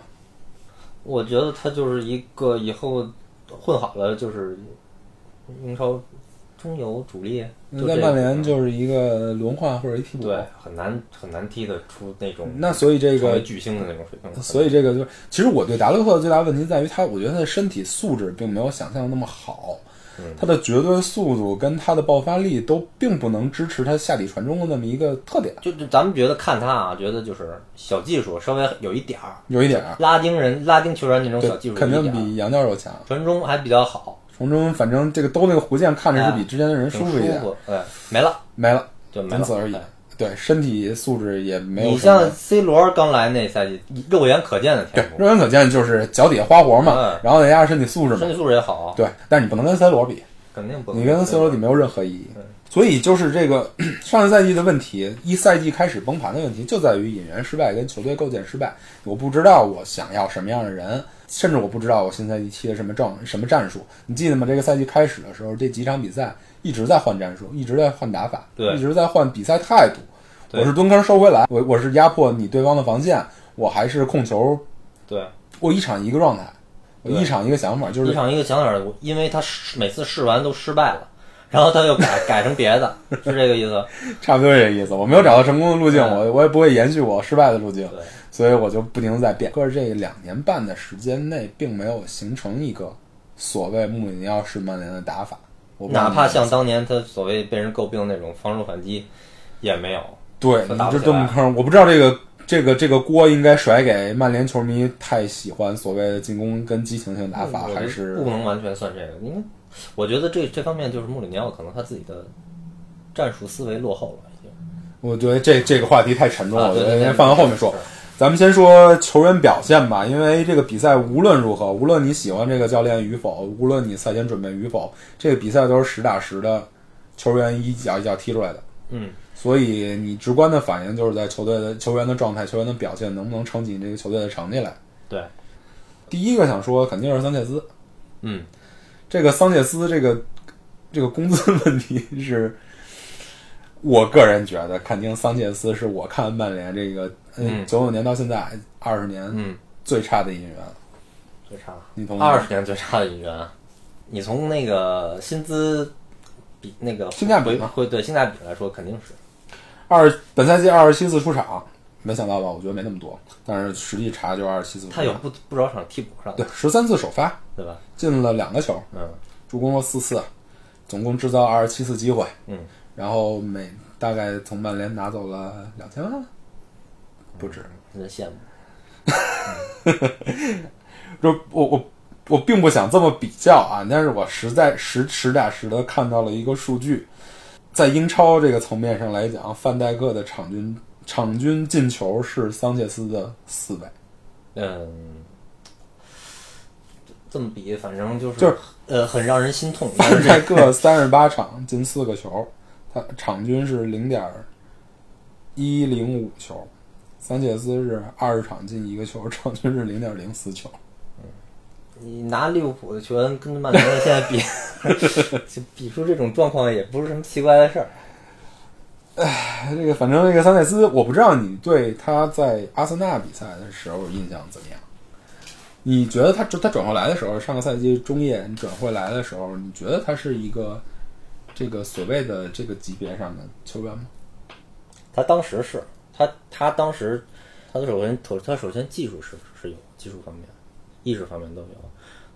S3: 我觉得他就是一个以后混好了就是英超中游主力，就
S2: 在
S3: 这
S2: 曼
S3: 个
S2: 联就是一个轮换或者一替补，
S3: 对很难很难踢得出那种
S2: 那所以这
S3: 成为
S2: 个，
S3: 巨星的那种水平。
S2: 所以这个就是，其实我对达洛特的最大问题在于他，我觉得他的身体素质并没有想象的那么好，
S3: 嗯
S2: 他的绝对速度跟他的爆发力都并不能支持他下底传中的那么一个特点，
S3: 就就咱们觉得看他啊，觉得就是小技术稍微有一点儿，
S2: 有一点儿，
S3: 拉丁人拉丁球员那种小技
S2: 对，
S3: 术
S2: 肯
S3: 有一
S2: 定
S3: 点儿啊
S2: 比杨教授强。
S3: 传中还比较好，
S2: 从中反正这个兜那个弧线看着是比之前的人
S3: 挺
S2: 舒服一点，
S3: 啊服，哎，没了。
S2: 没了，
S3: 就没了
S2: 仅此而已
S3: 哎。
S2: 对，身体素质也没有
S3: 你
S2: 什么。
S3: 像 C 罗刚来那赛季，肉眼可见的天赋，
S2: 肉眼可见就是脚底下花活嘛
S3: 嗯，
S2: 然后再加上身体素质嘛
S3: 身，体素质也好，
S2: 对。但是你不能跟 C 罗比，
S3: 肯定不能。
S2: 你跟 C 罗比没有任何意义。
S3: 嗯
S2: 所以就是这个 *clears throat* 上个赛季的问题，一赛季开始崩盘的问题，就在于引援失败跟球队构建失败。我不知道我想要什么样的人，甚至我不知道我新赛季踢的什么战什么战术。你记得吗？这个赛季开始的时候，这几场比赛一直在换战术，一直在换打法，
S3: 对
S2: 一直在换比赛态度。
S3: 对
S2: 我是蹲坑收回来，我我是压迫你对方的防线，我还是控球，
S3: 对
S2: 我一场一个状态，我一场一个想法，就是
S3: 一场一个想法，我因为他试每次试完都失败了，然后他又改改成别的，是这个意思。
S2: 差不多这意思。我没有找到成功的路径，
S3: 嗯
S2: 我我也不会延续我失败的路径，
S3: 对，
S2: 所以我就不停地在变。可是这两年半的时间内，并没有形成一个所谓穆里尼奥式曼联的打法。我不知道
S3: 哪怕
S2: 你
S3: 像当年他所谓被人诟病的那种防守反击，也没有。
S2: 对，
S3: 他
S2: 你
S3: 打不
S2: 就
S3: 起
S2: 这么
S3: 来
S2: 坑，我不知道这个这个这个锅应该甩给曼联球迷太喜欢所谓的进攻跟激情性打法，
S3: 我
S2: 还是
S3: 不能完全算这个，因为我觉得这这方面就是穆里尼奥可能他自己的战术思维落后了，已经。
S2: 我觉得这这个话题太沉重了，
S3: 啊
S2: 我觉
S3: 对
S2: 得
S3: 对对
S2: 先放到后面说
S3: 是。
S2: 咱们先说球员表现吧，因为这个比赛无论如何，无论你喜欢这个教练与否，无论你赛前准备与否，这个比赛都是实打实的球员一脚一脚踢出来的。
S3: 嗯，
S2: 所以你直观的反应就是在球队的球员的状态、球员的表现能不能撑起你这个球队的成绩来。
S3: 对，
S2: 第一个想说肯定是桑切斯，
S3: 嗯，
S2: 这个桑切斯这个这个工资问题是，我个人觉得肯定桑切斯是我看曼联这个嗯
S3: 嗯
S2: 九九年到现在二十年
S3: 嗯，
S2: 最差的引援，
S3: 最差
S2: 你同意吗
S3: 二十年最差的引援，你从那个薪资比那个
S2: 性价比
S3: 回
S2: 嘛
S3: 回对性价比来说，肯定是
S2: 二本赛季二十七次出场，没想到吧？我觉得没那么多，但是实际查就二十七次出
S3: 他
S2: 场，
S3: 有不不少场替补上，
S2: 嗯对十三次首发
S3: 对吧？
S2: 进了两个球，
S3: 嗯，
S2: 助攻了四次，总共制造二十七次机会，
S3: 嗯，
S2: 然后每大概从曼联拿走了两千万，不止。
S3: 真羡慕。嗯
S2: 就我我我并不想这么比较啊，但是我实在实实打实的看到了一个数据，在英超这个层面上来讲，范戴克的场均场均进球是桑切斯的四倍，
S3: 嗯，这么比，反正就是
S2: 就是
S3: 呃很让人心痛。但是
S2: 范戴克 *laughs* 三十八场进四个球，他场均是零点一零五球，桑切斯是二十场进一个球，场均是零点零四球。
S3: 你拿利物浦的球员跟曼联的现在比， *laughs* 就比出这种状况也不是什么奇怪的事儿。
S2: 哎这个反正这个桑切斯，我不知道你对他在阿森纳比赛的时候印象怎么样？你觉得他他转过来的时候，上个赛季中叶你转会来的时候，你觉得他是一个这个所谓的这个级别上的球员吗？
S3: 他当时是他他当时他的首先头他首先技术是是有技术方面、意识方面都有，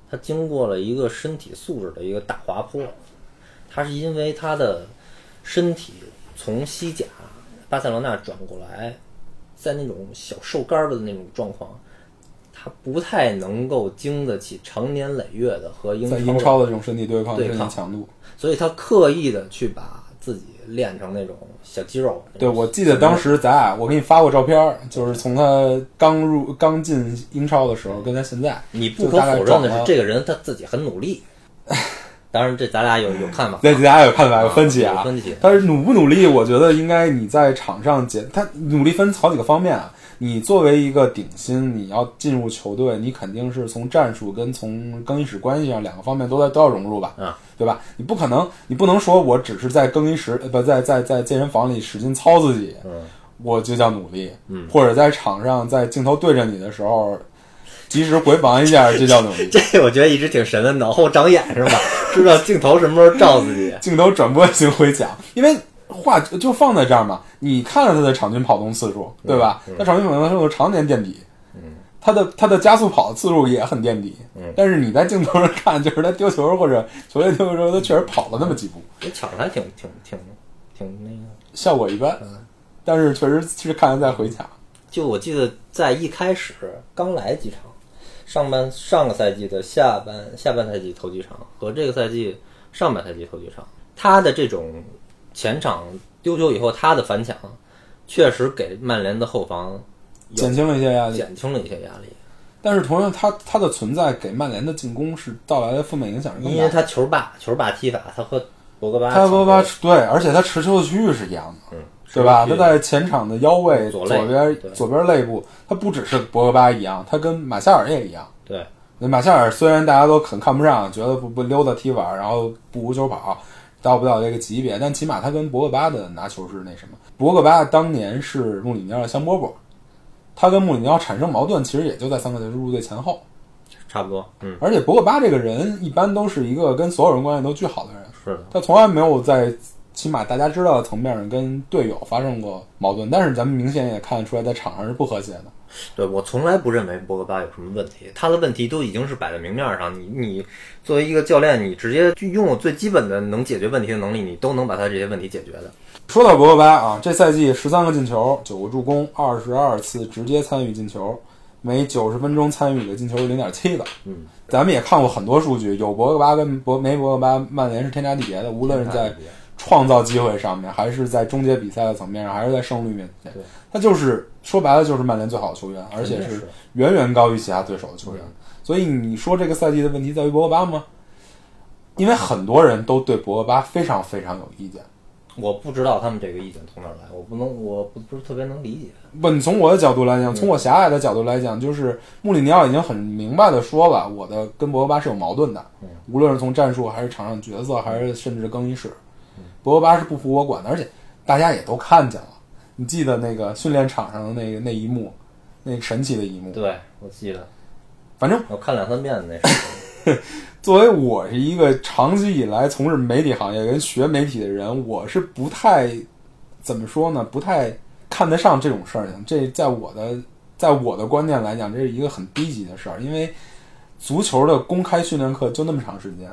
S3: 他经过了一个身体素质的一个大滑坡，他是因为他的身体从西甲巴塞罗那转过来，在那种小瘦干儿的那种状况。他不太能够经得起长年累月的和英
S2: 在
S3: 超
S2: 英
S3: 的
S2: 超的这种身体对抗、
S3: 对
S2: 身体
S3: 抗
S2: 强度，
S3: 所以他刻意的去把自己练成那种小肌肉。
S2: 对，我记得当时咱俩，我给你发过照片儿，就是从他刚入刚进英超的时候，跟他现在，
S3: 你不可否认的是，这个人他自己很努力。当然，这咱俩有有看法，
S2: 那大家有看法有分歧
S3: 有
S2: 啊。
S3: 分歧。
S2: 但是努不努力，我觉得应该你在场上解他努力分好几个方面啊。你作为一个顶薪，你要进入球队，你肯定是从战术跟从更衣室关系上两个方面都在都要融入吧，
S3: 嗯，
S2: 对吧？你不可能，你不能说我只是在更衣室呃不在在在健身房里使劲操自己，
S3: 嗯，
S2: 我就叫努力，嗯，或者在场上在镜头对着你的时候，及时回防一
S3: *laughs*
S2: 下，这叫努力。
S3: 这我觉得一直挺神的，脑后长眼是吧？ *laughs* 知道镜头什么时候照自己。
S2: 镜头转播型回讲，因为话就就放在这儿嘛，你看了他的场均跑动次数，对吧？他场均跑动次数常年垫底，嗯，他的他的加速跑次数也很垫底，嗯，但是你在镜头上看，就是他丢球或者球队丢球的时候，他确实跑了那么几步，
S3: 这抢的还挺挺挺挺那个。
S2: 效果一般，但是确实是看着在回抢。
S3: 就我记得在一开始刚来几场，上半上个赛季的下半下半赛季头几场和这个赛季上半赛季头几场，他的这种前场丢球以后他的反抢，确实给曼联的后防有
S2: 减轻了一些压力，
S3: 减轻了一些压力，
S2: 但是同样他，他的存在给曼联的进攻是带来的负面影响是更
S3: 因
S2: 大
S3: 为
S2: 的。
S3: 他球霸球霸踢法，嗯他和博格巴
S2: 他波巴
S3: 抢球
S2: 对，而且他持球的区域是一样的，
S3: 嗯
S2: 对吧？
S3: 持
S2: 他
S3: 球区
S2: 在前场的腰位
S3: 左肋
S2: 边
S3: 对
S2: 左边肋部，他不只是博格巴一样，他跟马夏尔也一样。
S3: 对
S2: 那马夏尔虽然大家都很看不上，觉得不不溜达踢法，然后不无球跑，到不了这个级别，但起码他跟博格巴的拿球是那什么。博格巴当年是穆里尼奥的香饽饽，他跟穆里尼奥产生矛盾，其实也就在三个球入队前后。
S3: 差不多，嗯，
S2: 而且博格巴这个人一般都是一个跟所有人关系都巨好的人，
S3: 是的，
S2: 他从来没有在起码大家知道的层面上跟队友发生过矛盾。但是咱们明显也看得出来，在场上是不和谐的。
S3: 对我从来不认为博格巴有什么问题，他的问题都已经是摆在明面上。你你作为一个教练，你直接去拥有最基本的能解决问题的能力，你都能把他这些问题解决的。
S2: 说到博格巴啊，这赛季十三个进球，九个助攻，二十二次直接参与进球，每九十分钟参与的进球是零点七个。
S3: 嗯，
S2: 咱们也看过很多数据，有博格巴跟博没博格巴，曼联是天差地别的，无论是在创造机会上面，还是在终结比赛的层面上，还是在胜率面前
S3: 对，
S2: 他就是说白了就是曼联最好的球员，而且
S3: 肯定
S2: 是嗯
S3: 是
S2: 远远高于其他对手的球员。所以你说这个赛季的问题在于博格巴吗？因为很多人都对博格巴非常非常有意见。
S3: 我不知道他们这个意见从哪儿来，我不能，我不不是特别能理解。
S2: 不，你从我的角度来讲，从我狭隘的角度来讲，就是穆里尼奥已经很明白的说了，我的跟博格巴是有矛盾的，无论是从战术还是场上角色，还是甚至更衣室，博格巴是不服我管的，而且大家也都看见了。你记得那个训练场上的那个那一幕，那个神奇的一幕。
S3: 对，我记得
S2: 反正
S3: 我看两三遍那是， *laughs*
S2: 作为我是一个长期以来从事媒体行业跟学媒体的人，我是不太怎么说呢，不太看得上这种事儿情。这在我的在我的观念来讲，这是一个很低级的事儿，因为足球的公开训练课就那么长时间，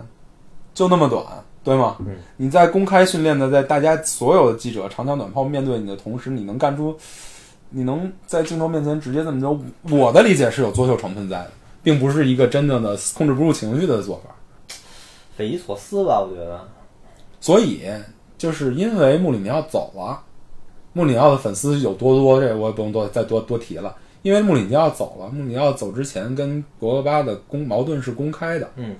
S2: 就那么短，对吗？
S3: 嗯、
S2: 你在公开训练的，在大家所有的记者长枪短炮面对你的同时，你能干出，你能在镜头面前直接这么着？我的理解是有作秀成分在的，并不是一个真正的控制不住情绪的做法。
S3: 匪夷所思吧？我觉得，
S2: 所以就是因为穆里尼奥走了，穆里尼奥的粉丝有多多，这我也不用多再多多提了。因为穆里尼奥走了，穆里尼奥走之前跟博格巴的公矛盾是公开的，
S3: 嗯，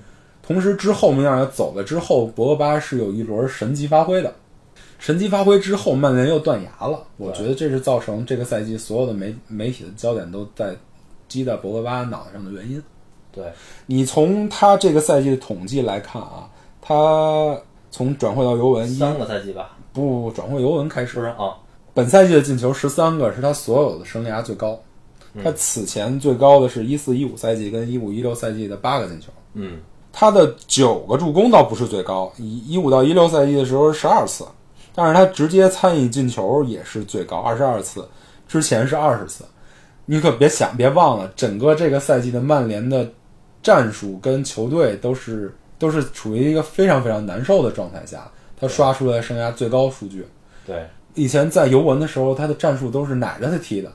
S2: 同时之后穆里尼奥走了之后，博格巴是有一轮神级发挥的，神级发挥之后，曼联又断崖了，我觉得这是造成这个赛季所有的媒媒体的焦点都在击在博格巴脑袋上的原因。
S3: 对，
S2: 你从他这个赛季的统计来看啊，他从转会到尤文一
S3: 三个赛季吧，
S2: 不转会尤文开
S3: 是不
S2: 始
S3: 是，啊？
S2: 本赛季的进球十三个是他所有的生涯最高，他此前最高的是一四一五赛季跟一五一六赛季的八个进球，
S3: 嗯，
S2: 他的九个助攻倒不是最高，一一五到一六赛季的时候十二次，但是他直接参与进球也是最高二十二次，之前是二十次。你可别想，别忘了，整个这个赛季的曼联的战术跟球队都是都是处于一个非常非常难受的状态下，他刷出来生涯最高数据。
S3: 对，
S2: 以前在尤文的时候，他的战术都是奶着他踢的，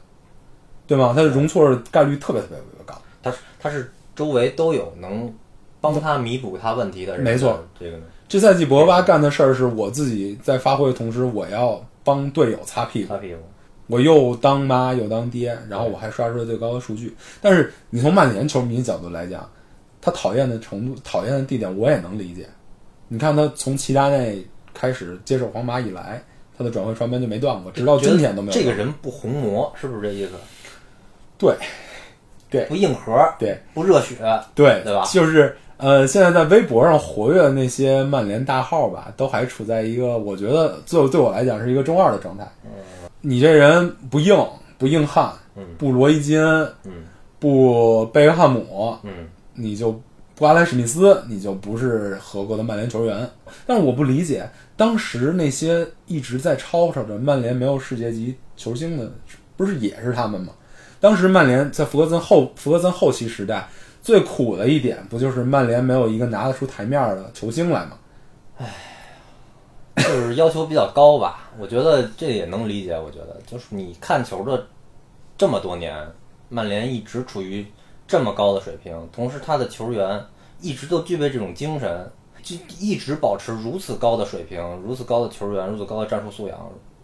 S2: 对吗？他的容错概率特别特别特别高。
S3: 他是他是周围都有能帮他弥补他问题的人，
S2: 没错，
S3: 这个呢，
S2: 这赛季博格巴干的事儿是我自己在发挥的同时，我要帮队友擦屁股，
S3: 擦屁股，
S2: 我又当妈又当爹，然后我还刷出了最高的数据。但是你从曼联球迷角度来讲，他讨厌的程度、讨厌的地点我也能理解。你看他从齐达内开始接手皇马以来，他的转会传边就没断过，直到
S3: 觉得
S2: 今天都没有断过。
S3: 这个人不红魔，是不是这意思？
S2: 对
S3: 不硬核，
S2: 对
S3: 不热血，
S2: 对
S3: 对吧
S2: 就是呃，现在在微博上活跃的那些曼联大号吧，都还处在一个我觉得最对我来讲是一个中二的状态。
S3: 嗯
S2: 你这人不硬不硬汉，不罗伊金恩，
S3: 嗯
S2: 不贝克汉姆，
S3: 嗯，
S2: 你就不阿莱史密斯，你就不是合格的曼联球员。但是我不理解，当时那些一直在吵吵着曼联没有世界级球星的，不是也是他们吗？当时曼联在福格森后福格森后期时代最苦的一点，不就是曼联没有一个拿得出台面儿的球星来吗？
S3: 就是要求比较高吧。我觉得这也能理解。我觉得就是你看球的这么多年，曼联一直处于这么高的水平，同时他的球员一直都具备这种精神，就一直保持如此高的水平、如此高的球员、如此高的战术素养、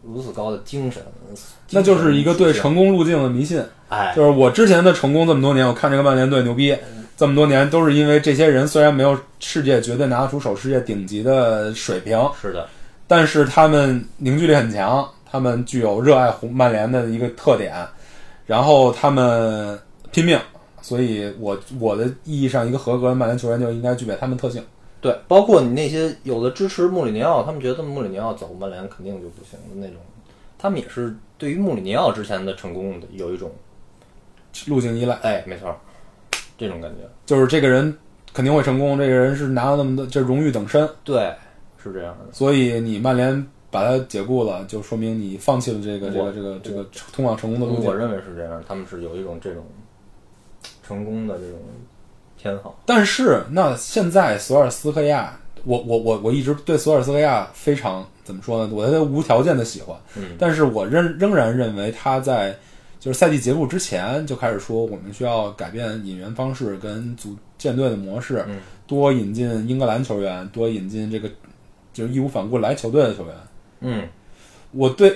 S3: 如此高的精神，
S2: 那就是一个对
S3: 成
S2: 成功路径的迷信。
S3: 哎
S2: 就是我之前的成功这么多年，我看这个曼联队牛逼，这么多年都是因为这些人虽然没有世界绝对拿得出手世界顶级的水平，
S3: 是的，
S2: 但是他们凝聚力很强，他们具有热爱红曼联的一个特点，然后他们拼命，所以我我的意义上，一个合格的曼联球员就应该具备他们特性。
S3: 对，包括你那些有的支持穆里尼奥，他们觉得穆里尼奥走曼联肯定就不行的那种，他们也是对于穆里尼奥之前的成功的有一种，
S2: 路径依赖，
S3: 哎，没错，这种感觉，
S2: 就是这个人肯定会成功，这个人是拿了那么多，这荣誉等身，
S3: 对，是这样的。
S2: 所以你曼联把他解雇了，就说明你放弃了这个这
S3: 我
S2: 个这个这个通往成功的路
S3: 我
S2: 径。
S3: 认为是这样，他们是有一种这种成功的这种偏好。
S2: 但是那现在索尔斯克亚，我我我我一直对索尔斯克亚非常怎么说呢？我对他无条件的喜欢，
S3: 嗯
S2: 但是我仍仍然认为他在就是赛季结束之前就开始说我们需要改变引援方式跟组建队的模式，
S3: 嗯
S2: 多引进英格兰球员，多引进这个就是义无反顾来球队的球员。
S3: 嗯，
S2: 我对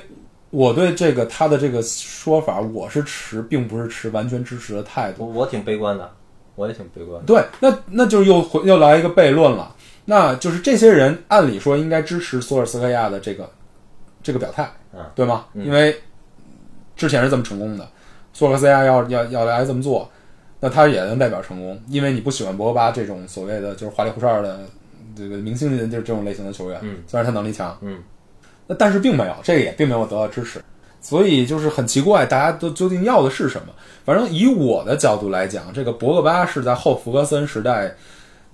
S2: 我对这个他的这个说法，我是持并不是持完全支持的态度。
S3: 我我挺悲观的，我也挺悲观的。
S2: 对，那那就又回又来一个悖论了，那就是这些人按理说应该支持索尔斯克亚的这个这个表态，
S3: 嗯
S2: 对吗？因为之前是这么成功的，索尔斯克亚要要要来这么做，那他也能代表成功，因为你不喜欢博格巴这种所谓的就是花里胡哨的这个明星级的就是这种类型的球员，
S3: 嗯
S2: 虽然他能力强，
S3: 嗯，
S2: 那但是并没有，这个也并没有得到支持，所以就是很奇怪，大家都究竟要的是什么？反正以我的角度来讲，这个博格巴是在后福格森时代，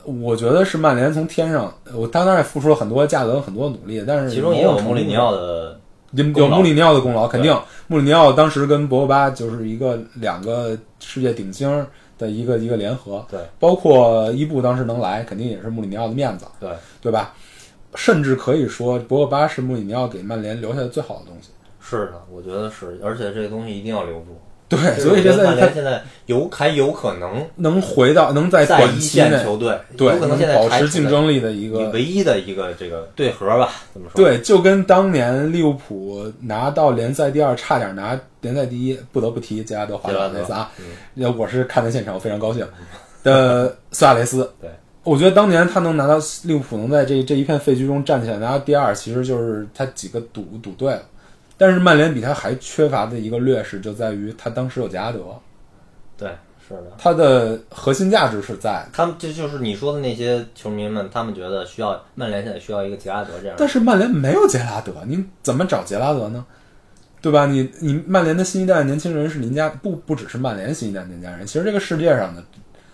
S2: 我觉得是曼联从天上，我当然也付出了很多价格、很多努力，但是
S3: 其中也
S2: 某
S3: 有
S2: 种程度
S3: 穆里尼奥的，
S2: 有
S3: 功
S2: 有
S3: 劳
S2: 穆里尼奥的功劳，肯定穆里尼奥当时跟博格巴就是一个两个世界顶星的一个一个联合，
S3: 对
S2: 包括伊布当时能来，肯定也是穆里尼奥的面子，
S3: 对，
S2: 对吧？甚至可以说，博格巴是穆里尼奥给曼联留下的最好的东西。
S3: 是的，我觉得是，而且这个东西一定要留住。
S2: 对，
S3: 就是
S2: 所以这
S3: 我觉
S2: 赛
S3: 得曼
S2: 季他
S3: 联哎现在有还有可能
S2: 能回到能在
S3: 在
S2: 短
S3: 一
S2: 期内
S3: 线球队，
S2: 对
S3: 有可能现在
S2: 保
S3: 还
S2: 持
S3: 处
S2: 竞
S3: 在
S2: 争力的一个
S3: 唯一的一个这个对核吧，怎么说？，
S2: 对，就跟当年利物浦拿到联赛第二，差点拿联赛第一，不得不提杰拉德华
S3: 拉
S2: 德
S3: 德
S2: 那次啊
S3: 嗯，
S2: 那我是看在现场，我非常高兴的苏亚雷斯。
S3: 对，
S2: 我觉得当年他能拿到利物浦能在这这一片废墟中站起来拿到第二，其实就是他几个赌赌对了。但是曼联比他还缺乏的一个劣势就在于他当时有杰拉德，
S3: 对，是的。
S2: 他的核心价值是在的。
S3: 他们这就是你说的那些球迷们，他们觉得需要曼联现在需要一个杰拉德这样的
S2: 但是曼联没有杰拉德，你怎么找杰拉德呢？对吧？你你曼联的新一代年轻人是您家不不只是曼联新一代年轻人，其实这个世界上的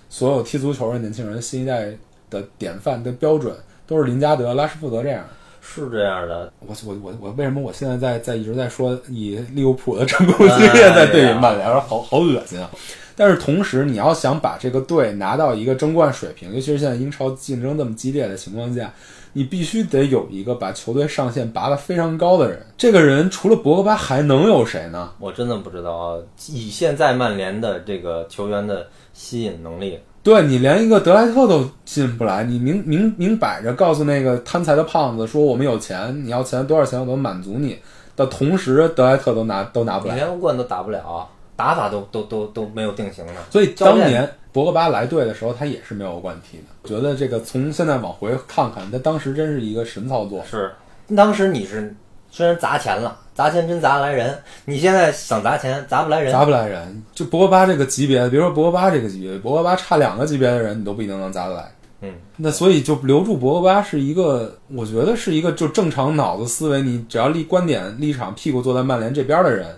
S2: 所有踢足球的年轻人新一代的典范的标准都是林加德、拉什福德这样的。
S3: 是这样的。
S2: 我我我我为什么我现在在在一直在说以利物浦的成功经验在对比曼联，好好恶心啊！但是同时，你要想把这个队拿到一个争冠水平，尤其是现在英超竞争这么激烈的情况下，你必须得有一个把球队上限拔得非常高的人。这个人除了博格巴还能有谁呢？
S3: 我真的不知道啊，以现在曼联的这个球员的吸引能力，
S2: 对你连一个德莱特都进不来，你明明明摆着告诉那个贪财的胖子说我们有钱，你要钱多少钱我都满足你。的同时，德莱特都拿都拿不
S3: 你
S2: 来，
S3: 连欧冠都打不了，打法都都都都没有定型呢。
S2: 所以
S3: 教
S2: 当
S3: 练
S2: 年博格巴来队的时候，他也是没有冠踢的。我觉得这个从现在往回看看，他当时真是一个神操作。
S3: 是，当时你是虽然砸钱了，砸钱真砸得来人，你现在想砸钱砸不来人，
S2: 砸不来人，就博格巴这个级别的，别说博格巴这个级别，博格巴差两个级别的人，你都不一定能砸得来。
S3: 嗯，
S2: 那所以就留住博格巴是一个，我觉得是一个就正常脑子思维，你只要立观点立场，屁股坐在曼联这边的人，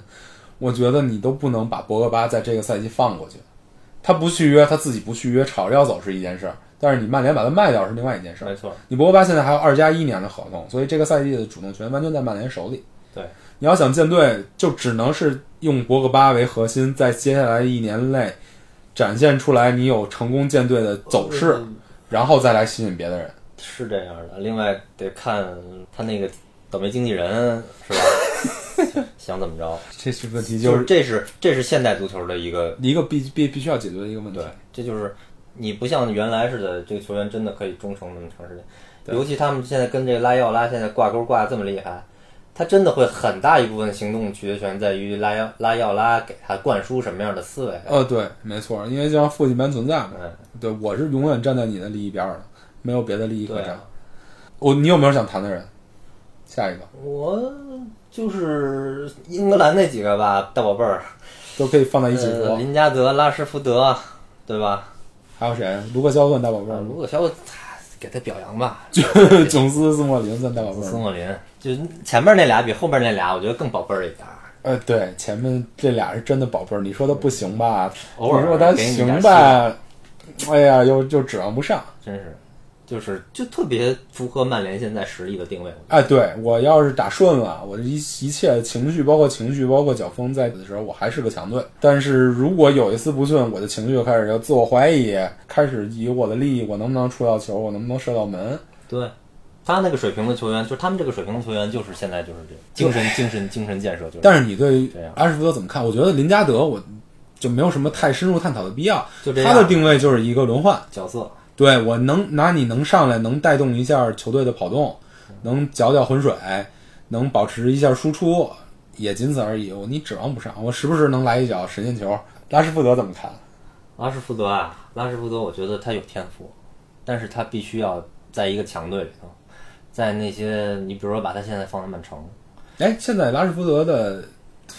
S2: 我觉得你都不能把博格巴在这个赛季放过去。他不续约，他自己不续约，吵着要走是一件事儿，但是你曼联把他卖掉是另外一件事儿
S3: 没。错，
S2: 你博格巴现在还有二加一年的合同，所以这个赛季的主动权完全在曼联手里。
S3: 对，
S2: 你要想建队，就只能是用博格巴为核心，在接下来一年内展现出来你有成功建队的走势，
S3: 嗯
S2: 然后再来吸引别的人。
S3: 是这样的。另外得看他那个倒霉经纪人是吧，
S2: *laughs*
S3: 想怎么着。
S2: 这是问题，
S3: 就
S2: 就是是
S3: 这是这是现代足球的一个
S2: 一个必必必须要解决的一个问题
S3: 对。，这就是你不像原来似的，这个球员真的可以忠诚那么长时间，尤其他们现在跟这个拉伊奥拉现在挂钩挂得这么厉害，他真的会很大一部分行动决权在于拉伊拉伊奥拉给他灌输什么样的思维。
S2: 呃，对，没错，因为就像父亲般存在嘛。
S3: 嗯，
S2: 对，我是永远站在你的利益边儿的，没有别的利益可
S3: 对
S2: 站。
S3: 啊，
S2: 我，你有没有想谈的人？下一个
S3: 我就是英格兰那几个吧，大宝贝儿，
S2: 都可以放在一起说。
S3: 呃，林加德、拉什福德，对吧？
S2: 还有谁？卢克肖算大宝贝
S3: 啊
S2: 儿，吗
S3: 如？果小伙给他表扬吧，
S2: *laughs* 琼斯、斯莫林算大宝贝儿
S3: 孙
S2: 吗。
S3: 莫林，就前面那俩比后面那俩，我觉得更宝贝儿一点儿。
S2: 呃，对，前面这俩是真的宝贝儿。你说他不行吧？
S3: 偶尔
S2: 你说他
S3: 给你点
S2: 行吧？哎呀，又又指望不上。
S3: 真是，就是就特别符合曼联现在实力的定位。
S2: 哎，对我要是打顺了，我这一一切情绪，包括情绪，包括脚风在的时候，我还是个强队。但是如果有一丝不顺，我的情绪就开始要自我怀疑，开始以我的利益，我能不能出到球，我能不能射到门？
S3: 对，他那个水平的球员，就是他们这个水平的球员，就是现在就是这个精神、精神、精神建设，就是。
S2: 但是你对
S3: 这样
S2: 阿什福德怎么看？我觉得林加德我就没有什么太深入探讨的必要。
S3: 就这样
S2: 他的定位就是一个轮换，
S3: 角色，
S2: 对我能拿你能上来，能带动一下球队的跑动，能搅搅浑水，能保持一下输出，也仅此而已。我你指望不上，我时不时能来一脚神仙球。拉什福德怎么看？
S3: 拉什福德啊，拉什福德，我觉得他有天赋，但是他必须要在一个强队里头，在那些你比如说把他现在放在曼城，
S2: 哎，现在拉什福德的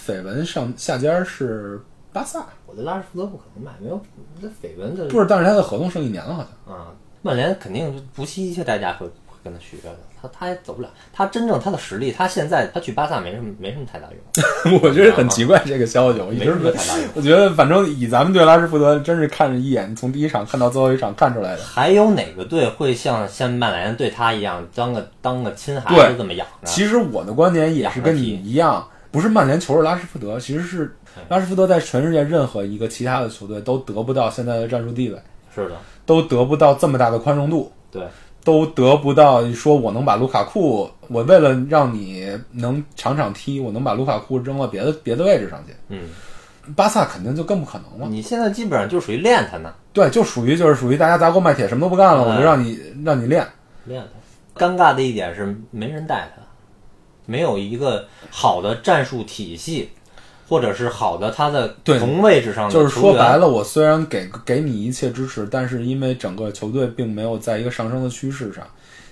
S2: 绯闻上下家是巴萨，
S3: 我觉得拉什福德不可能卖，没有这绯闻的
S2: 不是？但是他的合同剩一年了，好像。
S3: 啊，曼联肯定是不惜一切代价会会跟他续约的，他他也走不了，他真正他的实力，他现在他去巴萨没什么没什么太大用。
S2: *laughs* 我觉得很奇怪这个消息，我一直
S3: 没什么太大用
S2: 我觉得反正以咱们对拉什福德真是看着一眼，从第一场看到最后一场看出来的。
S3: 还有哪个队会像像曼联对他一样，当个当个亲孩
S2: 对
S3: 子这么养着？
S2: 其实我的观点也是跟你一样，不是曼联球是拉什福德，其实是拉什福德在全世界任何一个其他的球队都得不到现在的战术地位，
S3: 是的，
S2: 都得不到这么大的宽容度，
S3: 对，
S2: 都得不到说我能把卢卡库，我为了让你能场场踢，我能把卢卡库扔到别的别的位置上去。
S3: 嗯，
S2: 巴萨肯定就更不可能了。
S3: 你现在基本上就属于练他呢，
S2: 对，就属于就是属于大家砸锅卖铁，什么都不干了，我就让你让你练。
S3: 练他。尴尬的一点是没人带他，没有一个好的战术体系，或者是好的他的
S2: 对
S3: 同位置上的
S2: 就是说
S3: 球员
S2: 白，了，我虽然给给你一切支持，但是因为整个球队并没有在一个上升的趋势上，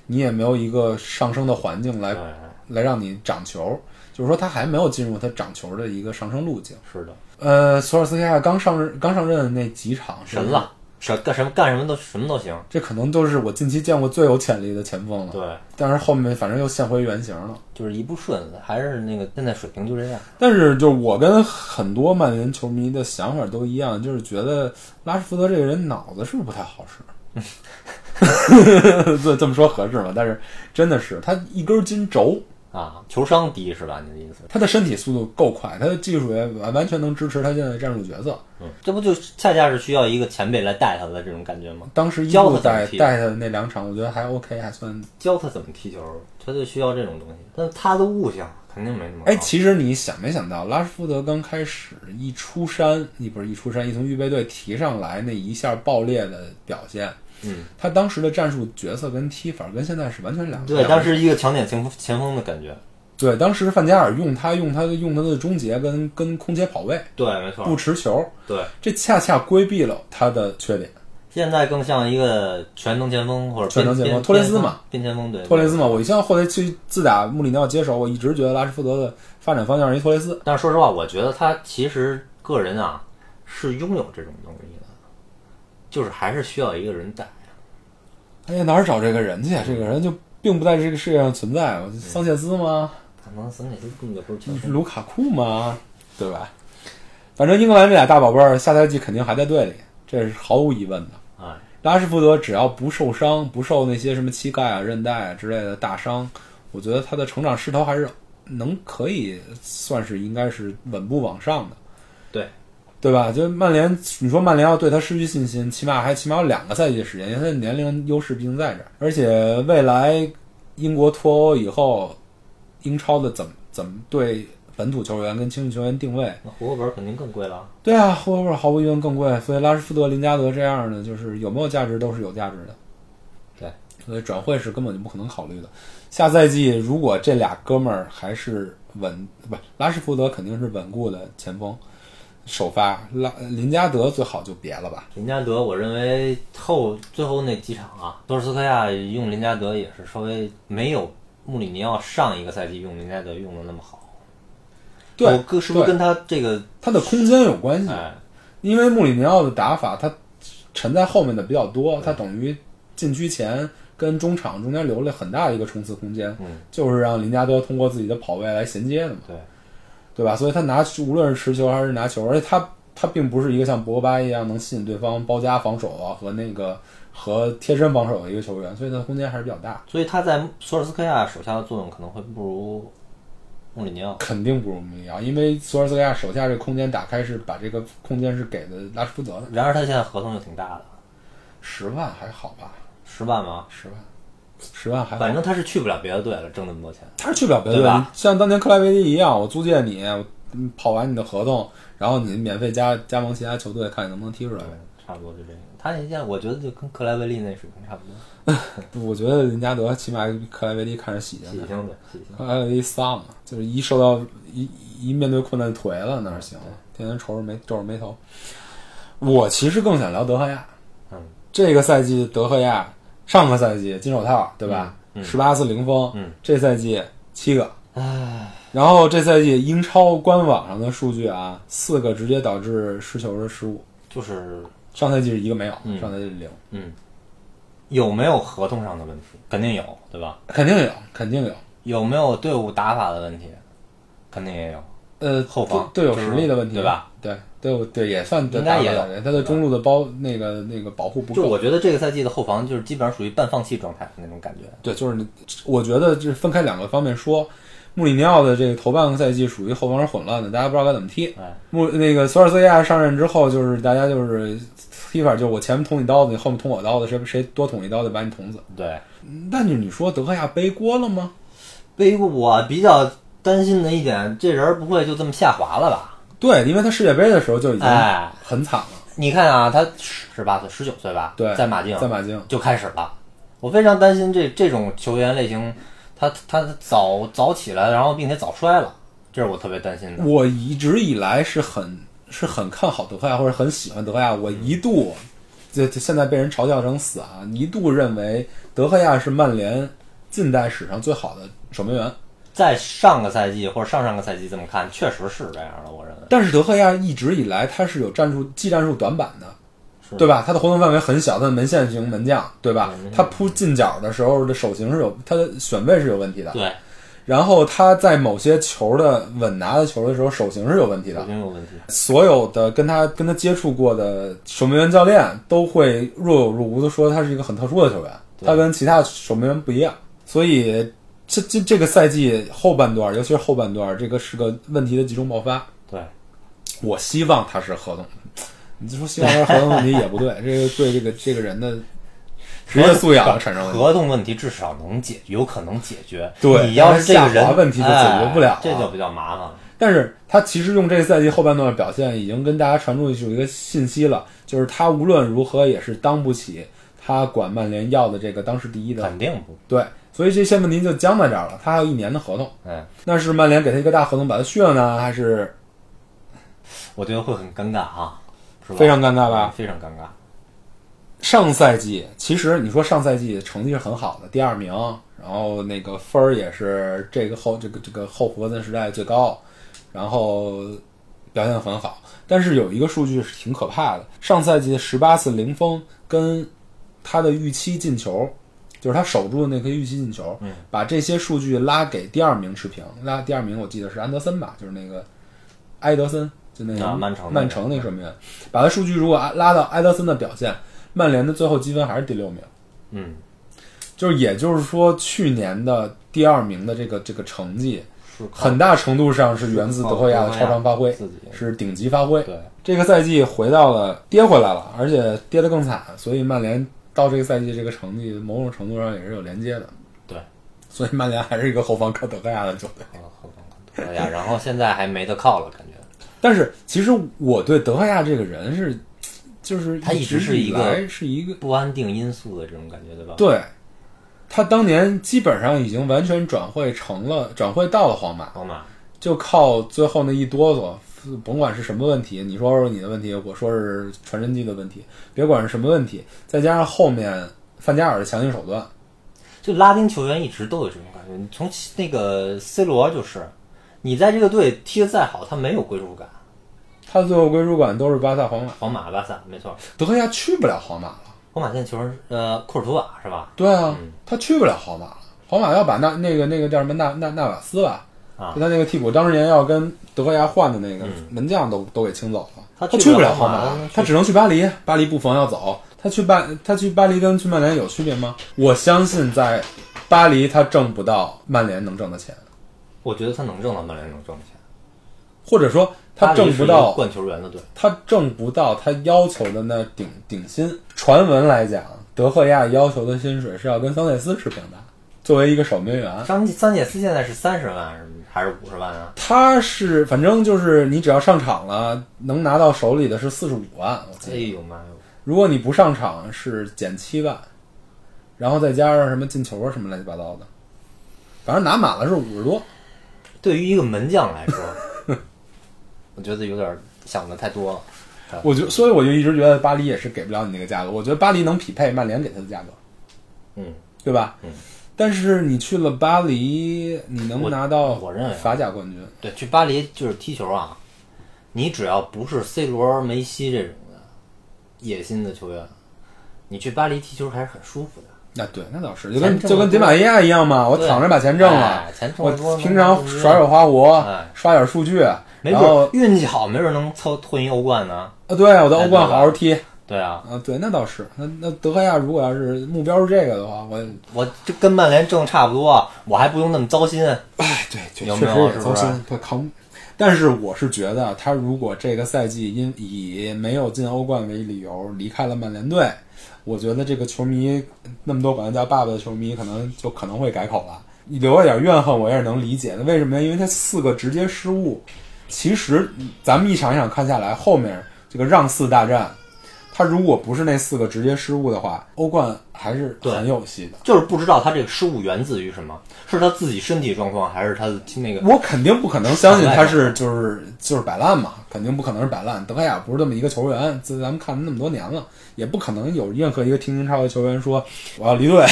S2: 你也没有一个上升的环境来
S3: 对，
S2: 来让你长球，就是说他还没有进入他长球的一个上升路径。
S3: 是的，
S2: 呃，索尔斯克亚刚上任刚上任那几场
S3: 神，了，什干什么干什么都什么都行，
S2: 这可能都是我近期见过最有潜力的前锋了。
S3: 对，
S2: 但是后面反正又现回原形了。
S3: 就是一不顺，还是那个现在水平就这样，
S2: 但是就是我跟很多曼联球迷的想法都一样，就是觉得拉什福德这个人脑子是不是不太好使？这这么说合适吗？但是真的是他一根筋轴，
S3: 啊，球商低是吧？你的意思？
S2: 他的身体速度够快，他的技术也完完全能支持他现在的战术角色。
S3: 嗯，这不就恰恰是需要一个前辈来带他的这种感觉吗？
S2: 当时伊
S3: 教
S2: 布
S3: 他怎么
S2: 带
S3: 踢
S2: 带他的那两场，我觉得还 OK，还算。
S3: 教他怎么踢球，他就需要这种东西。但他的悟性肯定没那么高。
S2: 哎，其实你想没想到，拉什福德刚开始一出山，一不是一出山，一从预备队提上来那一下爆裂的表现，
S3: 嗯，
S2: 他当时的战术角色跟踢法跟现在是完全两
S3: 对，
S2: 两
S3: 当时一个强点前锋前锋的感觉。
S2: 对当时范加尔用他用他的用他的终结跟跟空切跑位
S3: 对，没错。
S2: 不持球，
S3: 对，
S2: 这恰恰规避了他的缺点。
S3: 现在更像一个全能前锋或者
S2: 全能
S3: 边
S2: 前锋
S3: 边
S2: 托雷斯嘛
S3: 边前锋对
S2: 托雷斯嘛，我一向后来去自打穆里尼奥接手，我一直觉得拉什福德的发展方向是一托雷斯。
S3: 但是说实话，我觉得他其实个人啊是拥有这种能力的，就是还是需要一个人带。
S2: 哎呀，哪儿找这个人去啊？这个人就并不在这个世界上存在。啊我桑切斯吗？
S3: 可能森内斯根本就不是前锋。
S2: 卢卡库吗？对吧？反正英格兰这俩大宝贝儿下赛季肯定还在队里，这是毫无疑问的。
S3: 哎，
S2: 拉什福德只要不受伤，不受那些什么膝盖啊、韧带啊之类的大伤，我觉得他的成长势头还是能可以算是应该是稳步往上的，
S3: 对，
S2: 对吧？就曼联，你说曼联要对他失去信心，起码还起码有两个赛季的时间，因为他的年龄优势毕竟在这儿，而且未来英国脱欧以后，英超的怎么怎么对本土球员跟青训球员定位，
S3: 那户口本肯定更贵了。
S2: 对啊，霍格沃尔毫无疑问更贵，所以拉什福德、林加德这样的，就是有没有价值都是有价值的。
S3: 对，
S2: 所以转会是根本就不可能考虑的。下赛季如果这俩哥们儿还是稳，不，拉什福德肯定是稳固的前锋首发，拉林加德最好就别了吧。
S3: 林加德，我认为后最后那几场啊，多尔斯科亚用林加德也是稍微没有穆里尼奥上一个赛季用林加德用的那么好。
S2: 对
S3: 我跟是不
S2: 对嗯
S3: 是跟他这个
S2: 他的空间有关系，
S3: 哎
S2: 因为穆里尼奥的打法他沉在后面的比较多，他等于禁区前跟中场中间留了很大的一个冲刺空间，
S3: 嗯
S2: 就是让林加德通过自己的跑位来衔接的嘛。
S3: 对
S2: 对吧？所以他拿无论是持球还是拿球，而且他他并不是一个像博格巴一样能吸引对方包夹防守啊和那个和贴身防守的一个球员，所以他的空间还是比较大，
S3: 所以他在索尔斯克亚手下的作用可能会不如穆里尼奥。
S2: 肯定不如穆里尼奥，因为索尔斯克亚手下这个空间打开是把这个空间是给的拉什福德的，
S3: 然而他现在合同又挺大的，
S2: 十万还好吧？
S3: 十万吗？
S2: 十万，十万还好
S3: 反。正他是去不了别的队了，挣那么多钱。
S2: 他是去不了别的
S3: 对
S2: 队
S3: 吧，
S2: 像当年克莱维利一样，我租借你，我嗯跑完你的合同，然后你免费加加盟其他球队，看你能不能踢出来
S3: 对。，差不多就这样。他现在我觉得就跟克莱维利那水平差不多，
S2: 我觉得林加德起码比克莱维利看着喜庆
S3: 喜
S2: 点。
S3: 庆的喜庆。
S2: 还有一丧，就是一受到一一面对困难颓了，哪行啊？天天愁着眉皱着眉头。我其实更想聊德赫亚，
S3: 嗯，
S2: 这个赛季德赫亚，上个赛季金手套对吧？十八次零封，
S3: 嗯，
S2: 这赛季七个，
S3: 唉，
S2: 然后这赛季英超官网上的数据啊，四个直接导致失球的失误，
S3: 就是
S2: 上赛季是一个没有，
S3: 嗯
S2: 上赛季是零，
S3: 嗯，有没有合同上的问题？肯定有，对吧？
S2: 肯定有，肯定有。
S3: 有没有队伍打法的问题？肯定也有。
S2: 呃，
S3: 后防
S2: 队队友
S3: 就是
S2: 实力的问题，
S3: 对吧？
S2: 对，队友对也算
S3: 应该也有
S2: 有他的中路的包那个那个保护不
S3: 就
S2: 够。
S3: 我觉得这个赛季的后防就是基本上属于半放弃状态的那种感觉。
S2: 对，就是你我觉得这分开两个方面说，穆里尼奥的这个头半个赛季属于后防是混乱的，大家不知道该怎么踢。
S3: 哎，
S2: 穆那个索尔斯克亚上任之后，就是大家就是踢法，就我前面捅你刀子，你后面捅我刀子，谁谁多捅一刀就把你捅死。嗯
S3: 对，
S2: 但是你说德赫亚背锅了吗？
S3: 背锅我比较担心的一点，这人不会就这么下滑了吧？
S2: 对，因为他世界杯的时候就已经
S3: 哎
S2: 很惨了。
S3: 你看啊，他十八岁、十九岁吧，
S2: 对，
S3: 在马竞，
S2: 在马竞，
S3: 就开始了。我非常担心这这种球员类型，他他他早早起来，然后并且早衰了，这是我特别担心的。
S2: 我一直以来是很是很看好德赫亚，或者很喜欢德赫亚。我一度就就现在被人嘲笑成死啊，一度认为德赫亚是曼联近代史上最好的守门员。
S3: 在上个赛季或者上上个赛季这么看，确实是这样的，我认为。
S2: 但是德赫亚一直以来他是有战术技战术短板的，
S3: 是
S2: 对吧？他的活动范围很小，他的门线型门将，对吧？他扑近角的时候的手型是有他的选位是有问题的，
S3: 对，
S2: 然后他在某些球的稳拿的球的时候手型是有问题的
S3: 我，觉得有问题。
S2: 所有的跟他跟他接触过的守门员教练都会若有若无的说他是一个很特殊的球员，
S3: 对
S2: 他跟其他守门员不一样。所以这这这个赛季后半段，尤其是后半段，这个是个问题的集中爆发。
S3: 对，
S2: 我希望他是合同，你就说希望他是合同问题也不对，这个对这个这个人的职业素养产生问题。
S3: 合同问题至少能解，有可能解决。
S2: 对
S3: 你要是这个
S2: 但是下滑
S3: 人
S2: 问题就解决不了啊
S3: 哎这就比较麻烦了。
S2: 但是他其实用这个赛季后半段的表现，已经跟大家传出去一个信息了，就是他无论如何也是当不起他管曼联要的这个当时第一的
S3: 肯定不，
S2: 对，所以这些问题就僵在这儿了。他还有一年的合同，
S3: 嗯，
S2: 那是曼联给他一个大合同把他续了呢，还是
S3: 我觉得会很尴尬啊，是吧？
S2: 非常尴尬吧？
S3: 非常尴尬。
S2: 上赛季其实你说上赛季成绩是很好的，第二名，然后那个分儿也是这个后这个这个后弗格森时代最高，然后表现得很好。但是有一个数据是挺可怕的，上赛季十八次零封跟他的预期进球，就是他守住的那颗预期进球，
S3: 嗯
S2: 把这些数据拉给第二名持平。拉第二名我记得是安德森吧，就是那个埃德森，就那个
S3: 啊曼城那个
S2: 曼城那个什么人，把他数据如果拉到埃德森的表现，曼联的最后积分还是第六名。
S3: 嗯，
S2: 就是也就是说，去年的第二名的这个这个成绩，
S3: 是靠
S2: 很大程度上是源自德赫亚的
S3: 靠
S2: 超常发挥
S3: 自己，哦
S2: 是顶级发挥。
S3: 对。
S2: 这个赛季回到了跌回来了，而且跌得更惨，所以曼联到这个赛季这个成绩某种程度上也是有连接的。
S3: 对，
S2: 所以曼联还是一个后防靠德赫亚的球队。
S3: 嗯后防可以啊，然后现在还没得靠了，感觉
S2: 但是其实我对德赫亚这个人是，就是
S3: 他一直是
S2: 是
S3: 一个
S2: 是一个
S3: 不安定因素的这种感觉，对吧？
S2: 对，他当年基本上已经完全转会成了转会到了皇马，
S3: 皇马
S2: 就靠最后那一哆嗦，甭管是什么问题，你说是你的问题，我说是传真机的问题，别管是什么问题，再加上后面范加尔的强硬手段，
S3: 就拉丁球员一直都有这种感觉。你从那个 C 罗就是，你在这个队踢得再好，他没有归属感。
S2: 他最后归属感都是巴萨、皇马，
S3: 皇马、巴萨没错，
S2: 德赫亚去不了皇马了。
S3: 皇马现在球员呃库尔图瓦是吧？
S2: 对啊，他去不了皇马了。皇马要把那那个那个叫什么纳纳纳瓦斯吧，
S3: 啊
S2: 就他那个替补当年要跟德赫亚换的那个门将都、都给清走了。
S3: 他
S2: 他
S3: 去不
S2: 不
S3: 了
S2: 了
S3: 皇
S2: 皇
S3: 马
S2: 马
S3: 他
S2: 了
S3: 去，
S2: 他只能去巴黎。巴黎布冯要走，他去巴他去巴黎跟去曼联有区别吗？我相信在巴黎他挣不到曼联能挣的钱，
S3: 我觉得他能挣到曼联能挣的钱，
S2: 或者说
S3: 巴
S2: 他
S3: 黎
S2: 挣
S3: 是
S2: 不
S3: 一个
S2: 到
S3: 冠球员的队，
S2: 他挣不到他要求的那顶顶薪。传闻来讲，德赫亚要求的薪水是要跟桑切斯持平的，作为一个守门员。
S3: 张桑切斯现在是三十万还是五十万啊？
S2: 他是反正就是你只要上场了，能拿到手里的是四十五万，我记
S3: 哎
S2: 得。
S3: 呦妈哟！
S2: 如果你不上场是减七万，然后再加上什么进球啊什么乱七八糟的，反正拿满了是五十多。
S3: 对于一个门将来说，
S2: *laughs*
S3: 我觉得有点想的太多了。
S2: 我就所以我就一直觉得巴黎也是给不了你那个价格，我觉得巴黎能匹配曼联给他的价格，
S3: 嗯，
S2: 对吧？
S3: 嗯。
S2: 但是你去了巴黎，你能
S3: 我
S2: 拿到
S3: 我认为啊
S2: 法甲冠军，
S3: 对，去巴黎就是踢球啊，你只要不是 C 罗、梅西这种的野心的球员，你去巴黎踢球还是很舒服的。
S2: 那啊对，那倒是，就跟
S3: 钱挣得
S2: 就跟迪玛利亚一样嘛，我
S3: 对
S2: 躺着把钱挣了，
S3: 哎钱挣
S2: 我
S3: 得多
S2: 平常耍耍花活
S3: 哎，
S2: 刷点数据，
S3: 没
S2: 然
S3: 准
S2: 后
S3: 儿运气好，没准儿能凑混一欧冠呢。
S2: 啊，对，我在欧冠好好踢
S3: 对啊，
S2: 啊，对，那倒是。那那德赫亚如果要是目标是这个的话，我
S3: 我这跟曼联挣差不多，我还不用那么糟心。
S2: 哎，对，确
S3: 有
S2: 确
S3: 没有
S2: 实也
S3: 是
S2: 糟
S3: 不是
S2: 心，他扛。但是我是觉得，他如果这个赛季因以没有进欧冠为理由离开了曼联队，我觉得这个球迷那么多管他叫爸爸的球迷，可能就可能会改口了。你留一点怨恨，我也是能理解的。为什么呀？因为他四个直接失误，其实咱们一场一场看下来，后面这个让四大战，他如果不是那四个直接失误的话，欧冠还是
S3: 对
S2: 很有戏的。
S3: 就是不知道他这个失误源自于什么，是他自己身体状况，还是他的那个
S2: 我肯定不可能相信他是就是就是摆烂嘛，肯定不可能是摆烂。德赫亚不是这么一个球员，自咱们看他那么多年了，也不可能有任何一个听英超的球员说我要离队，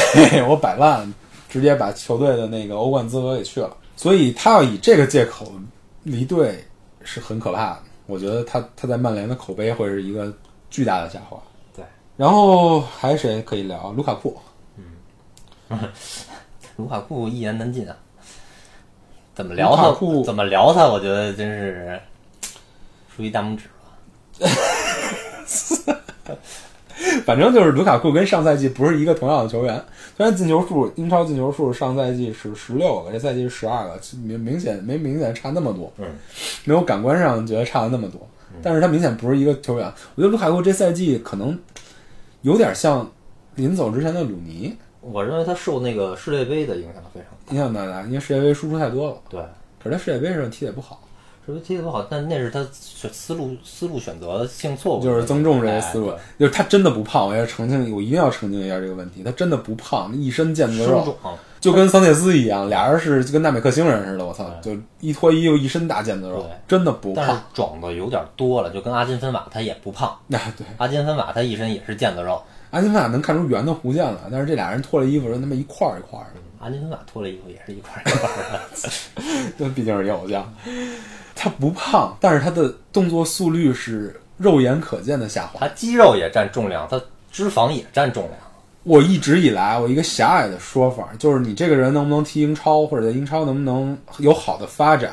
S2: 我摆烂，直接把球队的那个欧冠资格给去了。所以他要以这个借口离队是很可怕的。我觉得他他在曼联的口碑会是一个巨大的下滑。
S3: 对，
S2: 然后还有谁可以聊？卢卡库，
S3: 卢卡库一言难尽啊。怎么
S2: 卢
S3: 聊
S2: 卡
S3: 他
S2: 库？
S3: 怎么聊他？我觉得真是竖一大拇指啊吧。
S2: 反正就是卢卡库跟上赛季不是一个同样的球员，虽然进球数英超进球数上赛季是十六个，这赛季是十二个，明明显没明显差那么多，
S3: 嗯，
S2: 没有感官上觉得差了那么多，但是他明显不是一个球员。我觉得卢卡库这赛季可能有点像临走之前的鲁尼，
S3: 我认为他受那个世界杯的影响非常大。
S2: 影响大家，因为世界杯输出太多了，
S3: 对，
S2: 可是他世界杯上踢得也不好，
S3: 世界杯踢得不好，但那是他选思路思路选择性错误，
S2: 就是增重这些思路
S3: 哦哎，
S2: 就是他真的不胖，我要澄清，我一定要澄清一下这个问题，他真的不胖，一身腱
S3: 对
S2: 子
S3: 生
S2: 肉。
S3: 肿。
S2: 就跟桑切斯一样，俩人是就跟纳美克星人似的，我操，就
S3: 对
S2: 一脱衣服一身大腱子肉
S3: 对，
S2: 真的不
S3: 嗯但是
S2: 胖。
S3: 肿的有点多了，就跟阿金芬瓦他也不胖，
S2: 那、 *laughs* 啊对，
S3: 阿金芬瓦他一身也是腱子肉，
S2: 阿金法能看出圆的弧线来，但是这俩人脱了衣服，人他妈一块儿一块儿的，
S3: 阿金芬瓦脱了衣服也是一块儿一块儿的。
S2: 这 *laughs* 毕竟是一偶像。他不胖，但是他的动作速率是肉眼可见的下滑。
S3: 他肌肉也占重量，他脂肪也占重量。
S2: 我一直以来，我一个狭隘的说法就是，你这个人能不能踢英超，或者在英超能不能有好的发展，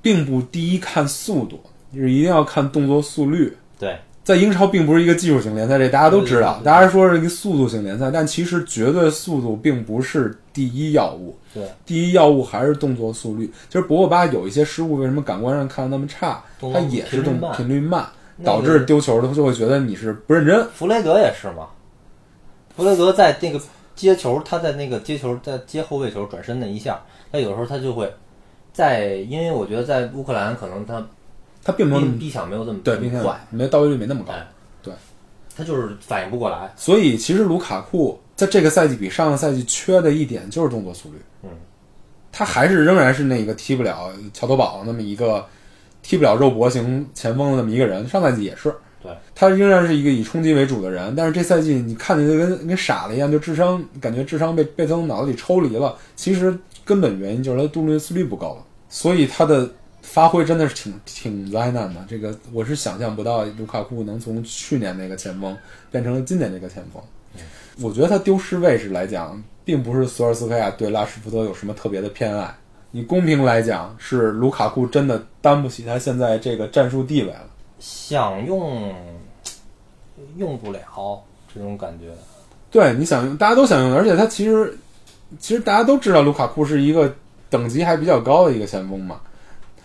S2: 并不第一看速度，就是一定要看动作速率。
S3: 对，
S2: 在英超并不是一个技术型联赛，这大家都知道
S3: 对对。对
S2: 大家说是一个速度型联赛，但其实绝对速度并不是第一要务，
S3: 对，
S2: 第一要务还是动作速率。其实博格巴有一些失误，为什么感官上看那么差？
S3: 动
S2: 他
S3: 作
S2: 也是动
S3: 频率慢
S2: 频率慢，
S3: 那
S2: 导
S3: 就是
S2: 致丢球他就会觉得你是不认真。
S3: 弗雷德也是嘛。弗雷德在那个接球，他在那个接球，在接后卫球转身那一下，他有时候他就会在，因为我觉得在乌克兰可能他
S2: 他并没有那
S3: 逼
S2: 么
S3: 逼抢没有这么
S2: 对，
S3: 这
S2: 并
S3: 么
S2: 且
S3: 快，
S2: 你的到位率没那么高。
S3: 哎，
S2: 对，
S3: 他就是反应不过来。
S2: 所以其实卢卡库在这个赛季比上个赛季缺的一点就是动作速率，
S3: 嗯，
S2: 他还是仍然是那个踢不了桥头堡那么一个踢不了肉搏型前锋的那么一个人，上赛季也是，
S3: 对，
S2: 他仍然是一个以冲击为主的人，但是这赛季你看着就跟跟傻了一样，就智商感觉智商被被他从脑子里抽离了，其实根本原因就是他动作速率不够了，所以他的。发挥真的是挺挺灾难的，这个我是想象不到卢卡库能从去年那个前锋变成了今年这个前锋。我觉得他丢失位置来讲，并不是索尔斯克亚对拉什福德有什么特别的偏爱。你公平来讲，是卢卡库真的担不起他现在这个战术地位了。
S3: 想用用不了这种感觉。
S2: 对，你想用，大家都想用，而且他其实其实大家都知道，卢卡库是一个等级还比较高的一个前锋嘛。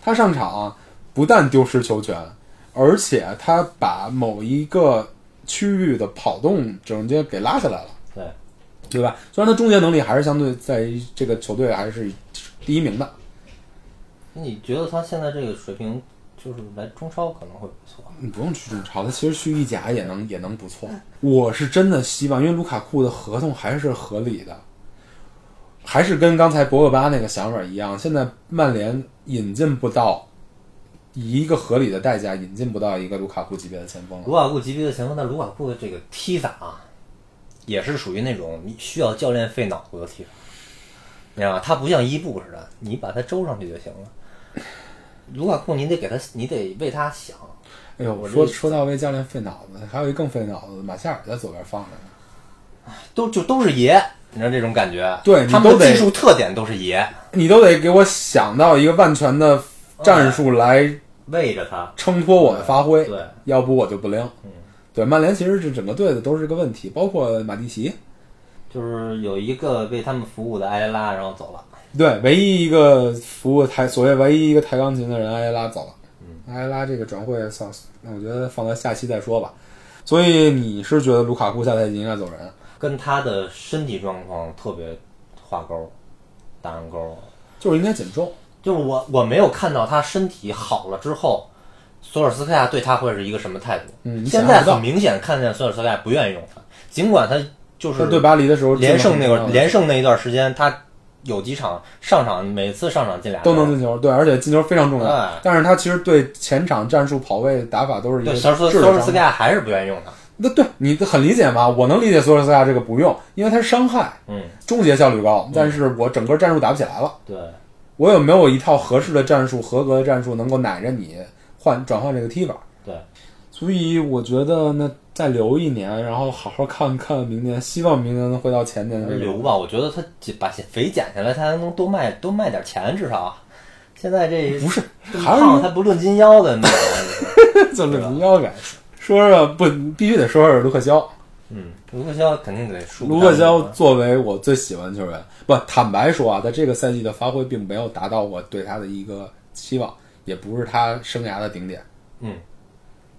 S2: 他上场啊不但丢失球权，而且他把某一个区域的跑动整接给拉下来了。
S3: 对，
S2: 对吧？虽然他终结能力还是相对在这个球队还是第一名的，
S3: 那你觉得他现在这个水平，就是来中超可能会不错？
S2: 你不用去中超，他其实去意甲也能也能不错。我是真的希望，因为卢卡库的合同还是合理的，还是跟刚才博格巴那个想法一样，现在曼联引进不到以一个合理的代价引进不到一个卢卡库级别的前锋了。
S3: 卢卡库级别的前锋，但卢卡库的这个踢法啊，也是属于那种你需要教练费脑子的踢法，你知道吧？他不像伊布似的，你把他周上去就行了。卢卡库，你得给他，你得为他想。
S2: 哎呦，
S3: 我
S2: 说
S3: 这
S2: 说到为教练费脑子，还有一更费脑子的，马夏尔在左边放着呢。
S3: 都就都是爷，你知道这种感觉？
S2: 对你
S3: 他们
S2: 都
S3: 的
S2: 得
S3: 技术特点都是爷，
S2: 你都得给我想到一个万全的战术来
S3: 为着他。
S2: 撑托我的发挥，
S3: 对
S2: 要不我就不灵。对，曼联其实是整个队的都是这个问题，包括马蒂奇，
S3: 就是有一个为他们服务的埃雷拉，然后走了。
S2: 对，唯一一个服务台，所谓唯一一个抬钢琴的人埃雷拉走了。埃雷拉这个转会算，我觉得放到下期再说吧。所以你是觉得卢卡库下赛季应该走人？
S3: 跟他的身体状况特别挂钩，搭上钩。
S2: 就是应该减重，
S3: 就我我没有看到他身体好了之后，索尔斯克亚对他会是一个什么态度。
S2: 嗯你想
S3: 现
S2: 象
S3: 在
S2: 不到
S3: 很明显看见索尔斯克亚不愿意用他，尽管他就
S2: 他
S3: 是
S2: 对巴黎的时候
S3: 连胜那
S2: 个
S3: 个连胜那一段时间，他有几场上场，每次上场进俩
S2: 都能
S3: 球
S2: 进球，对，而且进球非常重要
S3: 哎。
S2: 但是他其实对前场战术、跑位、打法都是一个
S3: 对，
S2: 质
S3: 索尔斯索尔斯克
S2: 上。
S3: 亚还是不愿意用他。
S2: 那对你很理解吗？我能理解索尔斯克亚这个不用，因为他是伤害，
S3: 嗯，
S2: 终结效率高，但是我整个战术打不起来了。
S3: 对，
S2: 我有没有一套合适的战术、合格的战术能够奶着你换转换这个踢法？
S3: 对，
S2: 所以我觉得那再留一年，然后好好看看明年，希望明年能回到前年的这
S3: 留
S2: 个。
S3: 吧，我觉得他减把肥减下来，他还能多卖多卖点钱，至少。啊现在这
S2: 不是， *laughs*
S3: 这么
S2: 还是
S3: 胖，他不论斤腰的那种。
S2: 就零腰感。说说不，必须得说说卢克肖。
S3: 嗯，卢克肖肯定得输。
S2: 卢克肖作为我最喜欢的球员，不，坦白说啊，在这个赛季的发挥并没有达到我对他的一个期望，也不是他生涯的顶点。
S3: 嗯，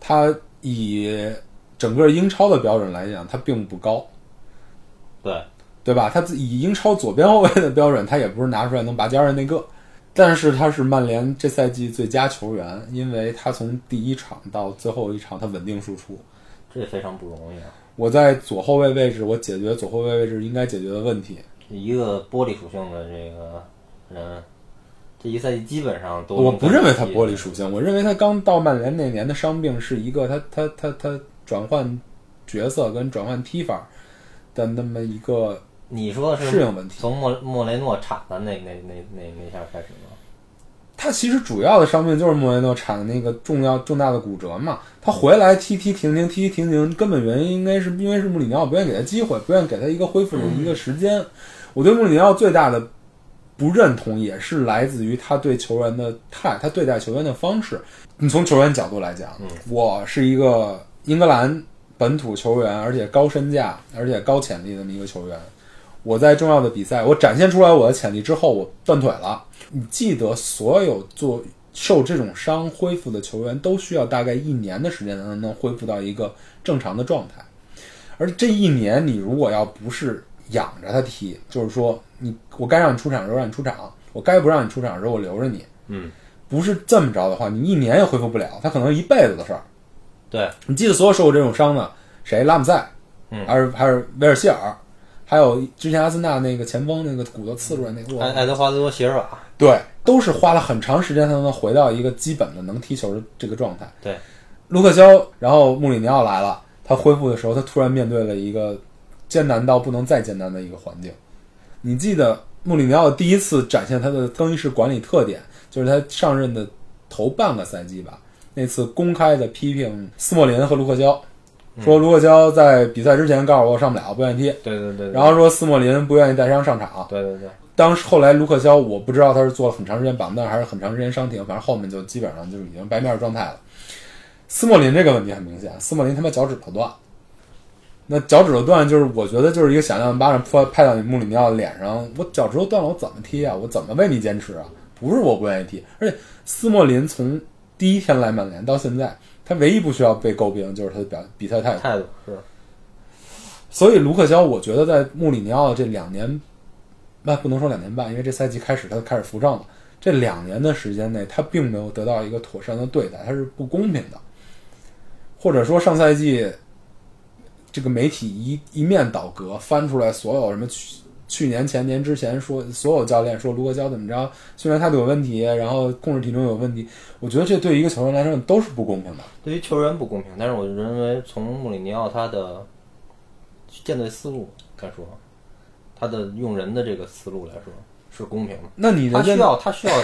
S2: 他以整个英超的标准来讲，他并不高，
S3: 对，
S2: 对吧？他自以英超左边后卫的标准，他也不是拿出来能拔尖儿的那个。但是他是曼联这赛季最佳球员，因为他从第一场到最后一场，他稳定输出。
S3: 这也非常不容易啊！
S2: 我在左后卫位置，我解决左后卫位置应该解决的问题，
S3: 一个玻璃属性的这个人，这一赛季基本上都
S2: 我不认为他玻璃属性，我认为他刚到曼联那年的伤病是一个他他他他转换角色跟转换踢法的那么一个
S3: 你说的是
S2: 适应问题。
S3: 从莫莫雷诺铲的那那那那那下开始吗？
S2: 他其实主要的伤病就是莫雷诺产的那个重要重大的骨折嘛。他回来踢踢停停踢踢停停，根本原因应该是因为是穆里尼奥不愿意给他机会，不愿意给他一个恢复的一个时间。我对穆里尼奥最大的不认同也是来自于他对球员的态，他对待球员的方式。你从球员角度来讲，我是一个英格兰本土球员，而且高身价，而且高潜力的这么一个球员。我在重要的比赛，我展现出来我的潜力之后，我断腿了。你记得，所有做受这种伤恢复的球员都需要大概一年的时间才能能恢复到一个正常的状态。而这一年，你如果要不是养着他踢，就是说你我该让你出场的时候让你出场，我该不让你出场的时候我留着你，
S3: 嗯，
S2: 不是这么着的话，你一年也恢复不了，他可能一辈子的事儿。
S3: 对，
S2: 你记得所有受过这种伤的谁？拉姆塞，
S3: 嗯
S2: 还是还是威尔希尔，还有之前阿森纳那个前锋那个骨头刺出来那个，
S3: 爱爱德华兹和席尔瓦，
S2: 对，都是花了很长时间才能回到一个基本的能踢球的这个状态。
S3: 对，
S2: 卢克肖，然后穆里尼奥来了，他恢复的时候，他突然面对了一个艰难到不能再艰难的一个环境。你记得穆里尼奥第一次展现他的更衣室管理特点，就是他上任的头半个赛季吧，那次公开的批评斯莫林和卢克肖，说卢克肖在比赛之前告诉我上不了，不愿意踢，
S3: 对对对，
S2: 然后说斯莫林不愿意带伤上场，
S3: 对对对，
S2: 当时后来卢克肖，我不知道他是做了很长时间绑凳，还是很长时间伤停，反正后面就基本上就是已经白面状态了。斯莫林这个问题很明显，斯莫林他妈脚趾头断，那脚趾头断就是我觉得就是一个响亮的巴掌拍拍到你穆里尼奥的脸上，我脚趾头断了，我怎么踢啊？我怎么为你坚持啊？不是我不愿意踢，而且斯莫林从第一天来曼联到现在，他唯一不需要被诟病就是他的表比赛态度。
S3: 态度是
S2: 所以卢克肖，我觉得在穆里尼奥这两年，那不能说两年半，因为这赛季开始他开始扶正了。这两年的时间内，他并没有得到一个妥善的对待，他是不公平的。或者说上赛季，这个媒体一一面倒戈，翻出来所有什么去去年、前年之前说所有教练说卢克肖怎么着，训练态度有问题，然后控制体重有问题，我觉得这对一个球员来说都是不公平的。
S3: 对于球员不公平，但是我认为从穆里尼奥他的建队思路来说，他的用人的这个思路来说是公平的。
S2: 那你
S3: 他
S2: 人家
S3: 需要他需要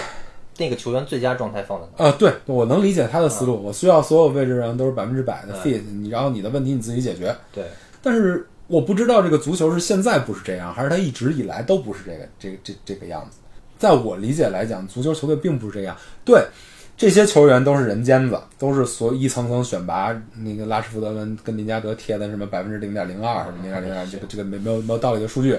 S3: 那个球员最佳状态放在哪？
S2: 啊，对，我能理解他的思路。我需要所有位置上都是百分之百的
S3: 嗯
S2: fit，你然后你的问题你自己解决。
S3: 对，
S2: 但是我不知道这个足球是现在不是这样，还是他一直以来都不是这个这个这这个样子。在我理解来讲，足球球队并不是这样。对，这些球员都是人尖子，都是所一层层选拔。那个拉什福德跟跟林加德贴的什么百分之零点零二、零点零二，这个这个没没有没有道理的数据。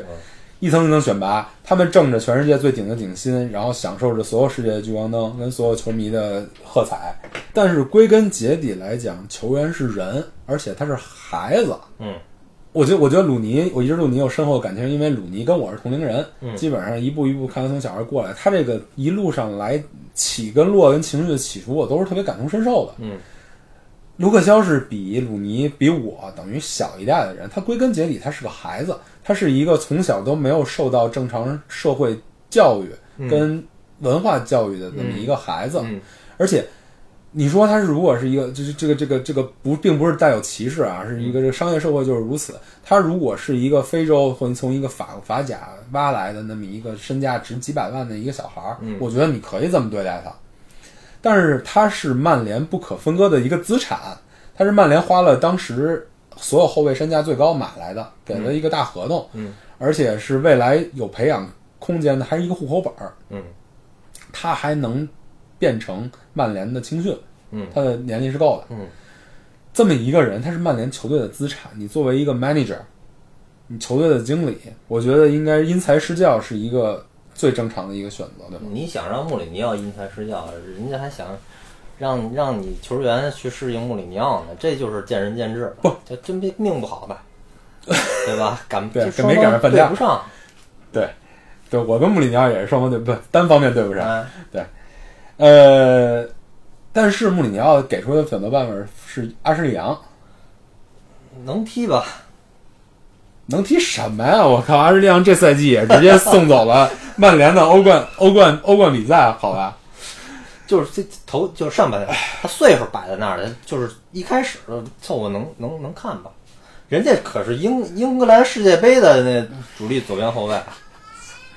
S2: 一层一层选拔，他们挣着全世界最顶的顶薪，然后享受着所有世界的聚光灯跟所有球迷的喝彩。但是归根结底来讲，球员是人，而且他是孩子，
S3: 嗯，
S2: 我觉得我觉得鲁尼，我一直鲁尼有深厚的感情，因为鲁尼跟我是同龄人，
S3: 嗯
S2: 基本上一步一步看他从小孩过来，他这个一路上来起跟落跟情绪的起伏，我都是特别感同身受的。
S3: 嗯，
S2: 卢克肖是比鲁尼比我等于小一代的人，他归根结底他是个孩子，他是一个从小都没有受到正常社会教育跟文化教育的这么一个孩子，
S3: 嗯
S2: 而且你说他是如果是一个，就是这个这个这个不，并不是带有歧视啊，是一
S3: 嗯
S2: 个这个商业社会就是如此。他如果是一个非洲或者从一个法法甲挖来的那么一个身价值几百万的一个小孩儿，
S3: 嗯
S2: 我觉得你可以这么对待他。但是他是曼联不可分割的一个资产，他是曼联花了当时所有后卫身价最高买来的，给了一个大合同，
S3: 嗯
S2: 而且是未来有培养空间的，还是一个户口本儿。
S3: 嗯
S2: 他还能变成曼联的青训，
S3: 嗯
S2: 他的年龄是够的，
S3: 嗯，
S2: 这么一个人，他是曼联球队的资产，你作为一个 manager，你球队的经理，我觉得应该因材施教是一个最正常的一个选择，对吧？
S3: 你想让穆里尼奥因材施教，人家还想让让你球员去适应穆里尼奥呢，这就是见仁见智。
S2: 不，
S3: 这真命命不
S2: *laughs*
S3: 好吧，对吧？赶
S2: 对
S3: 这
S2: 赶没
S3: 双方
S2: 赶上饭
S3: 对
S2: 量
S3: 不上，
S2: 对，对我跟穆里尼奥也是双方对不单方面对不上，
S3: 哎，嗯
S2: 呃，但是穆里尼奥给出的选择办法是阿什利杨，
S3: 能踢吧？
S2: 能踢什么呀？我靠，阿什利杨这赛季也直接送走了曼联的欧冠欧冠欧冠比赛，好吧？
S3: 就是这头就是上半段，他岁数摆在那儿了，就是一开始凑合能能能看吧。人家可是英英格兰世界杯的那主力左边后卫，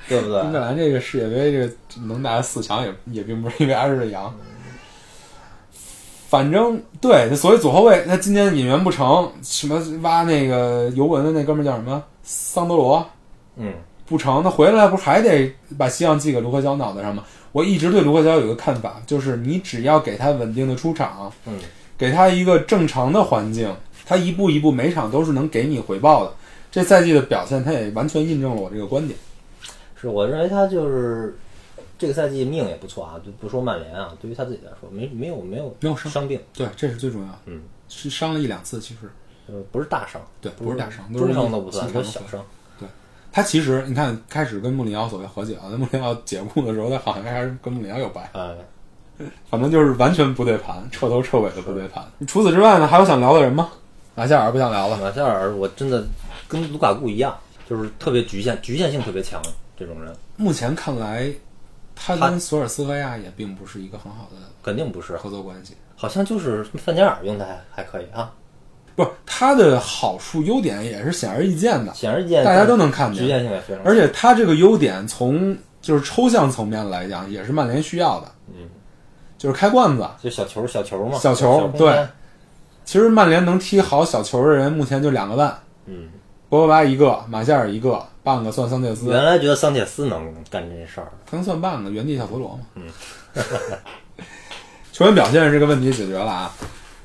S3: 对不对？
S2: 英格兰这个世界杯这个能打四强也也并不是因为阿什利杨，反正对，所以左后卫那今年引援不成，什么挖那个尤文的那哥们儿叫什么桑德罗
S3: 嗯，
S2: 不成，那回来不是还得把希望寄给卢克肖脑袋上吗？我一直对卢克肖有个看法，就是你只要给他稳定的出场，
S3: 嗯，
S2: 给他一个正常的环境，他一步一步每场都是能给你回报的。这赛季的表现，他也完全印证了我这个观点。
S3: 是我认为他就是这个赛季命也不错啊，就不说曼联啊，对于他自己来说，没没有没有
S2: 没有伤
S3: 伤病，
S2: 对，这是最重要的。
S3: 嗯，
S2: 是伤了一两次，其实
S3: 呃，不是大伤，
S2: 对
S3: 不
S2: 不是大伤都是
S3: 中
S2: 一
S3: 伤都不算，
S2: 经
S3: 都
S2: 常
S3: 是小
S2: 会
S3: 伤。
S2: 他其实你看，开始跟穆里尼奥所谓和解啊，那穆里尼奥解雇的时候，他好像还是跟穆里尼奥有掰，
S3: 呃，
S2: 反正就是完全不对盘，彻头彻尾的不对盘。除此之外呢，还有想聊的人吗？马夏尔不想聊了，
S3: 马夏尔我真的跟卢卡库一样，就是特别局限，局限性特别强这种人，
S2: 目前看来，他
S3: 他
S2: 跟索尔斯克亚也并不是一个很好的
S3: 肯定不是。
S2: 合作关系。
S3: 好像就是范加尔用的还还可以啊，
S2: 不是他的好处优点也是显而易见的，
S3: 显而易见，
S2: 大家都能看见
S3: 局限性也非常强。
S2: 而且他这个优点从就是抽象层面来讲，也是曼联需要的。
S3: 嗯，
S2: 就是开罐子，
S3: 就小球小球嘛，
S2: 小
S3: 小啊
S2: 球
S3: 空
S2: 对
S3: 间，
S2: 其实曼联能踢好小球的人，目前就两个半，
S3: 嗯，
S2: 博格巴一个，马夏尔一个，半个算桑切斯，
S3: 原来觉得桑切斯能干这事儿，
S2: 他能算半个，原地小陀螺嘛。嗯，球员表现这个问题解决了啊。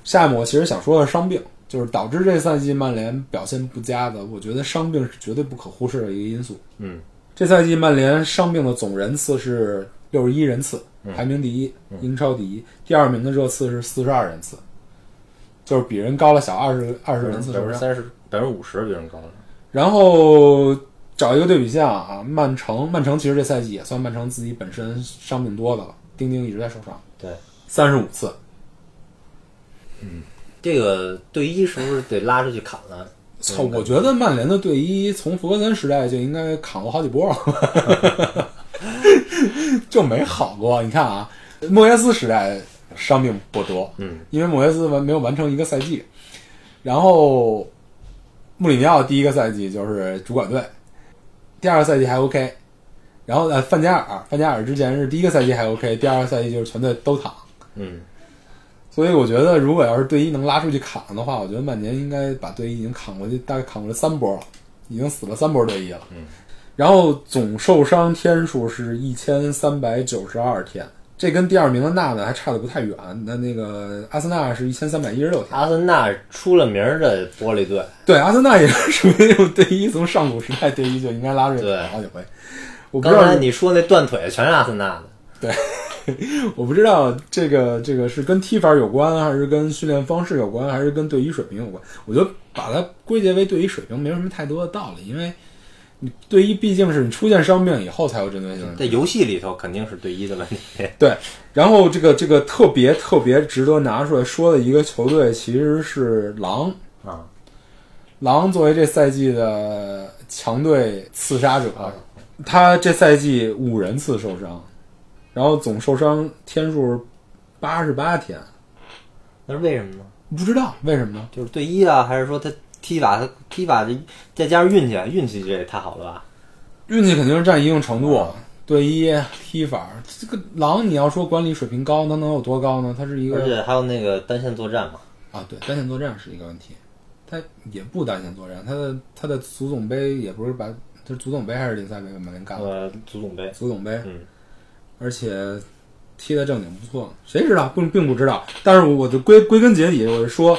S2: 下一幕我其实想说的是伤病，就是导致这赛季曼联表现不佳的，我觉得伤病是绝对不可忽视的一个因素。
S3: 嗯，
S2: 这赛季曼联伤病的总人次是六十一人次，排名第一，英超第一。第二名的热刺是四十二人次，就是比人高了小二十二十人次
S3: 百
S2: 受
S3: 分之
S2: 伤。
S3: 三十百分之五十比人高了，
S2: 然后找一个对比项啊，曼城，曼城其实这赛季也算曼城自己本身伤病多的了，丁丁一直在受伤，
S3: 对，
S2: 三十五次。
S3: 这个队医是不是得拉出去砍了？
S2: 操，我觉得曼联的队医从弗格森时代就应该砍过好几波了， *laughs* 就没好过。你看啊，莫耶斯时代伤病不多，
S3: 嗯，
S2: 因为莫耶斯完没有完成一个赛季，然后穆里尼奥第一个赛季就是主管队，第二个赛季还 OK，然后呃范加尔，范加尔之前是第一个赛季还 OK，第二个赛季就是全队都躺，
S3: 嗯，
S2: 所以我觉得如果要是队医能拉出去砍的话，我觉得曼联应该把队医已经砍过去，大概砍过去三波了，已经死了三波队医了，
S3: 嗯，
S2: 然后总受伤天数是一千三百九十二天。这跟第二名的纳纳还差的不太远，那那个阿森纳是一千三百一十六天，
S3: 阿森纳出了名儿的玻璃队，
S2: 对，阿森纳也是属于那种队医，从上古时代队医就应该拉出去
S3: 对
S2: 跑好几回。我不知
S3: 刚
S2: 道
S3: 才
S2: 是
S3: 你说那断腿全是阿森纳的，
S2: 对，我不知道这个这个是跟踢法有关，还是跟训练方式有关，还是跟队医水平有关。我觉得把它归结为队医水平没有什么太多的道理，因为你队医毕竟是你出现伤病以后才有针对性的
S3: 在游戏里头肯定是对一的问题，
S2: 对，然后这个这个特别特别值得拿出来说的一个球队其实是狼
S3: *laughs* 啊。
S2: 狼作为这赛季的强队刺杀者，他这赛季五人次受伤，然后总受伤天数八十八天，
S3: 那是为什么呢？
S2: 不知道为什么呢？
S3: 就是对一啊，还是说他踢法他踢法这再加上运气，运气这也太好了吧？
S2: 运气肯定是占一定程度。啊对一踢法，这个狼你要说管理水平高，它能有多高呢？它是一
S3: 而
S2: 个
S3: 且还有那个单线作战嘛，
S2: 啊，对，单线作战是一个问题，他也不单线作战，他的他的足总杯也不是把，这是足总杯还是联赛杯给曼联干了？
S3: 呃，足总杯，
S2: 足总杯，
S3: 嗯，
S2: 而且踢的正经不错，谁知道并并不知道，但是我就归归根结底，我是说，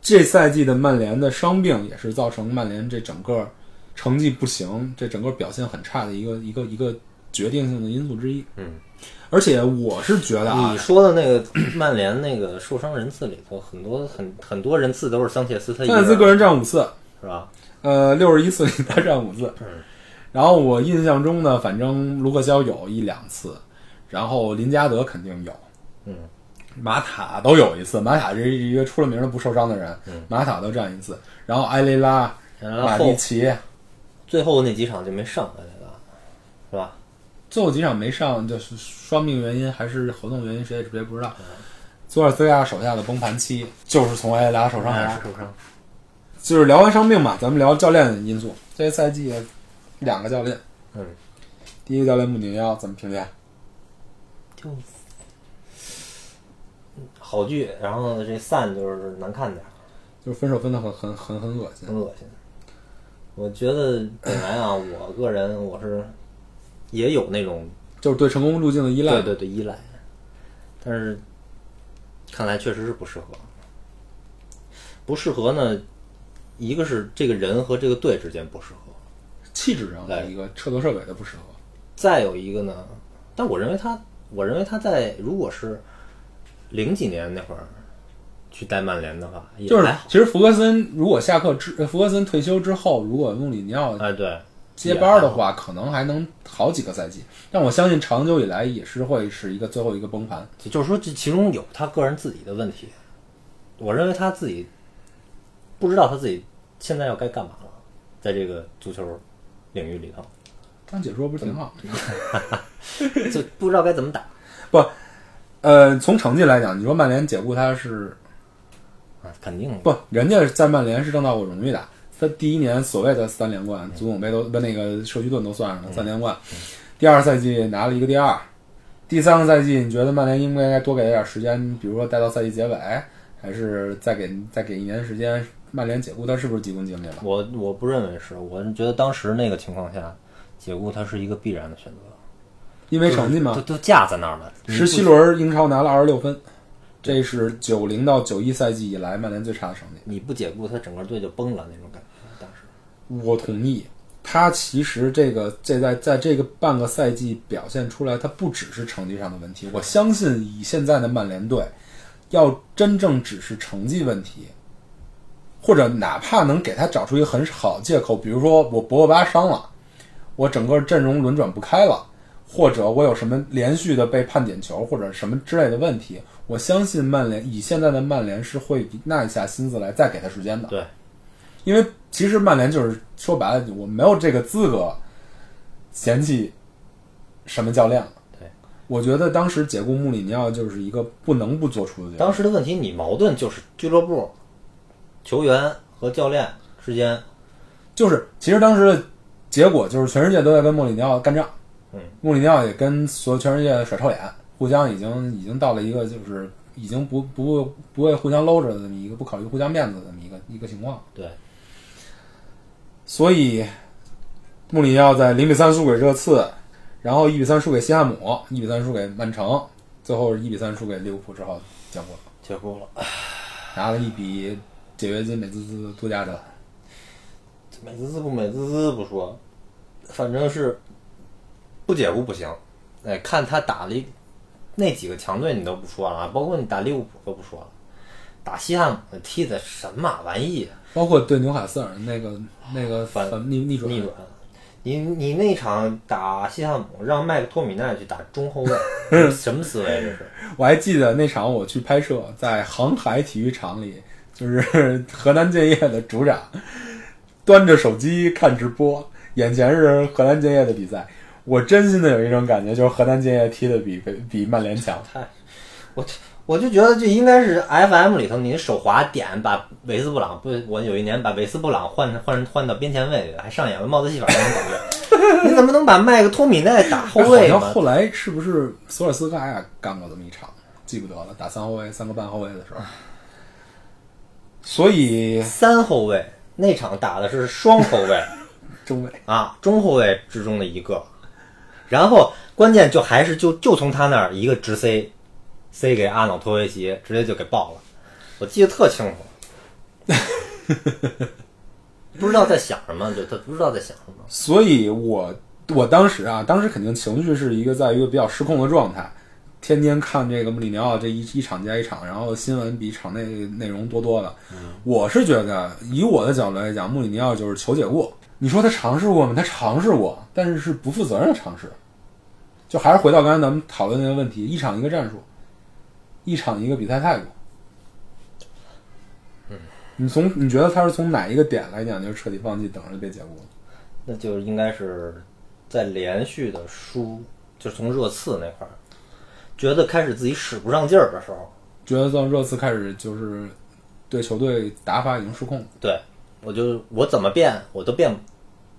S2: 这赛季的曼联的伤病也是造成曼联这整个成绩不行，这整个表现很差的一个一个一个决定性的因素之一。
S3: 嗯，
S2: 而且我是觉得啊
S3: 你，说的那个 *coughs* 曼联那个受伤人次里头，很多很很多人次都是桑切斯他一
S2: 范戴斯个人占五次，
S3: 是吧？嗯
S2: 呃，六十一次里他占五次，然后我印象中呢，反正卢克肖有一两次，然后林加德肯定有，
S3: 嗯，
S2: 马塔都有一次，马塔这是一个出了名的不受伤的人，马塔都占一次，然后埃雷拉、
S3: 嗯然
S2: 马
S3: 后
S2: 蒂
S3: 后
S2: 奇，
S3: 最后那几场就没上来了，是吧？
S2: 最后几场没上，就是伤病原因还是合同原因，谁也谁也不知
S3: 嗯
S2: 道。佐尔斯盖亚手下的崩盘期就是从埃雷拉受伤开始，
S3: 受伤，
S2: 就是聊完伤病嘛，咱们聊教练因素。这赛季两个教练，
S3: 嗯，
S2: 第一个教练穆里尼奥怎么评价？
S3: 就好剧，然后这散就是难看点儿，
S2: 就是分手分的很很很很恶心。
S3: 很恶心。我觉得本来啊，我个人我是也有那种
S2: 就是对成功路径的依赖。
S3: 对对对依赖，但是看来确实是不适合。不适合呢，一个是这个人和这个队之间不适合，
S2: 气质上的一个彻头彻尾的不适合。
S3: 再有一个呢，但我认为他，我认为他在如果是零几年那会儿去带曼联的话，也
S2: 就是
S3: 还好。
S2: 其实福格森如果下课之，呃福格森退休之后，如果穆里尼奥
S3: 哎，对，
S2: 接班的
S3: 嗯
S2: 话，可能还能好几个赛季。但我相信长久以来也是会是一个最后一个崩盘。
S3: 也就是说这其中有他个人自己的问题。我认为他自己不知道他自己现在要该干嘛了，在这个足球领
S2: *laughs*
S3: 域里头，
S2: 当解说不是挺好？
S3: 就不知道该怎么打。
S2: 不，呃，从成绩来讲，你说曼联解雇他是
S3: 啊，肯定
S2: 不，人家在曼联是挣到过荣誉的。他第一年所谓的三连冠，足总杯都跟那个社区盾都算上了三连冠。第二赛季拿了一个第二，第三个赛季你觉得曼联应不应该多给他点时间？比如说带到赛季结尾，还是再给再给一年时间？曼联解雇他是不是急功近利了？
S3: 我我不认为是，我是觉得当时那个情况下，解雇他是一个必然的选择，
S2: 因为成绩
S3: 都
S2: 嘛，
S3: 都架在那儿了。你
S2: 十七
S3: 不
S2: 轮英超拿了二十六分，这是九零到九一赛季以来曼联最差的成绩。
S3: 你不解雇他，整个队就崩了那种感觉。当时
S2: 我同意，他其实这个这在在这个半个赛季表现出来，他不只是成绩上的问题。我相信以现在的曼联队，要真正只是成绩问题，或者哪怕能给他找出一个很好的借口，比如说我博格巴伤了，我整个阵容轮转不开了。或者我有什么连续的被判点球或者什么之类的问题，我相信曼联以现在的曼联是会耐下心思来再给他时间的。
S3: 对，
S2: 因为其实曼联就是说白了，我没有这个资格嫌弃什么教练了。
S3: 对，
S2: 我觉得当时解雇穆里尼奥就是一个不能不做出的决定。
S3: 当时的问题，你矛盾就是俱乐部、球员和教练之间，
S2: 就是其实当时的结果就是全世界都在跟穆里尼奥干仗，
S3: 嗯，
S2: 穆里尼奥也跟所有全世界甩臭脸，互相已经已经到了一个就是已经不不不会互相搂着的这么一个不考虑互相面子的这么一个一个情况。
S3: 对，
S2: 所以穆里尼奥在零比三输给热刺，然后一比三输给西汉姆，一比三输给曼城，最后一比三输给利物浦之后结束了，
S3: 解雇了。
S2: 拿了一笔解约金美滋滋的度假的。
S3: 美滋滋不美滋滋不说，反正是不解雇不行。哎，看他打了一那几个强队你都不说了啊，包括你打利物浦都不说了，打西汉姆踢的什么玩意啊？
S2: 包括对纽卡斯尔那个那个
S3: 反
S2: 反逆逆转，
S3: 逆转！你你那场打西汉姆，让麦克托米奈去打中后
S2: *laughs*
S3: 卫，什么思维这是？
S2: 我还记得那场我去拍摄，在航海体育场里，就是 *laughs* 河南建业的主场，端着手机看直播，眼前是河南建业的比赛。我真心的有一种感觉，就是河南建业踢的比比曼联强。
S3: 太，我我就觉得这应该是 FM 里头，你手滑点把维斯布朗不，我有一年把维斯布朗换换换到边前卫去了，还上演了帽子戏法那种感
S2: *laughs*
S3: 觉。你怎么能把麦克托米奈打后
S2: 好
S3: 卫
S2: 像
S3: 呢？
S2: 后来是不是索尔斯克亚干过这么一场？记不得了，打三后卫、三个半后卫的时候。所以
S3: 三后卫那场打的是双后
S2: *laughs*
S3: 卫
S2: 中卫
S3: 啊，中后卫之中的一个，然后关键就还是就就从他那儿一个直塞，塞给阿瑙托维奇，直接就给爆了，我记得特清楚。
S2: *laughs*
S3: 不知道在想什么，就他不知道在想什么。
S2: 所以我我当时啊，当时肯定情绪是一个在一个比较失控的状态，天天看这个穆里尼奥这一一场接一场，然后新闻比场内内容多多了。我是觉得，以我的角度来讲，穆里尼奥就是求解过。你说他尝试过吗？他尝试过，但是是不负责任的尝试。就还是回到刚才咱们讨论那个问题，一场一个战术，一场一个比赛态度。嗯，你从你觉得他是从哪一个点来讲，就是彻底放弃，等着被解雇了？
S3: 那就应该是在连续的输，就是从热刺那块儿，觉得开始自己使不上劲儿的时候，
S2: 觉得从热刺开始就是对球队打法已经失控了，
S3: 对我就我怎么变我都变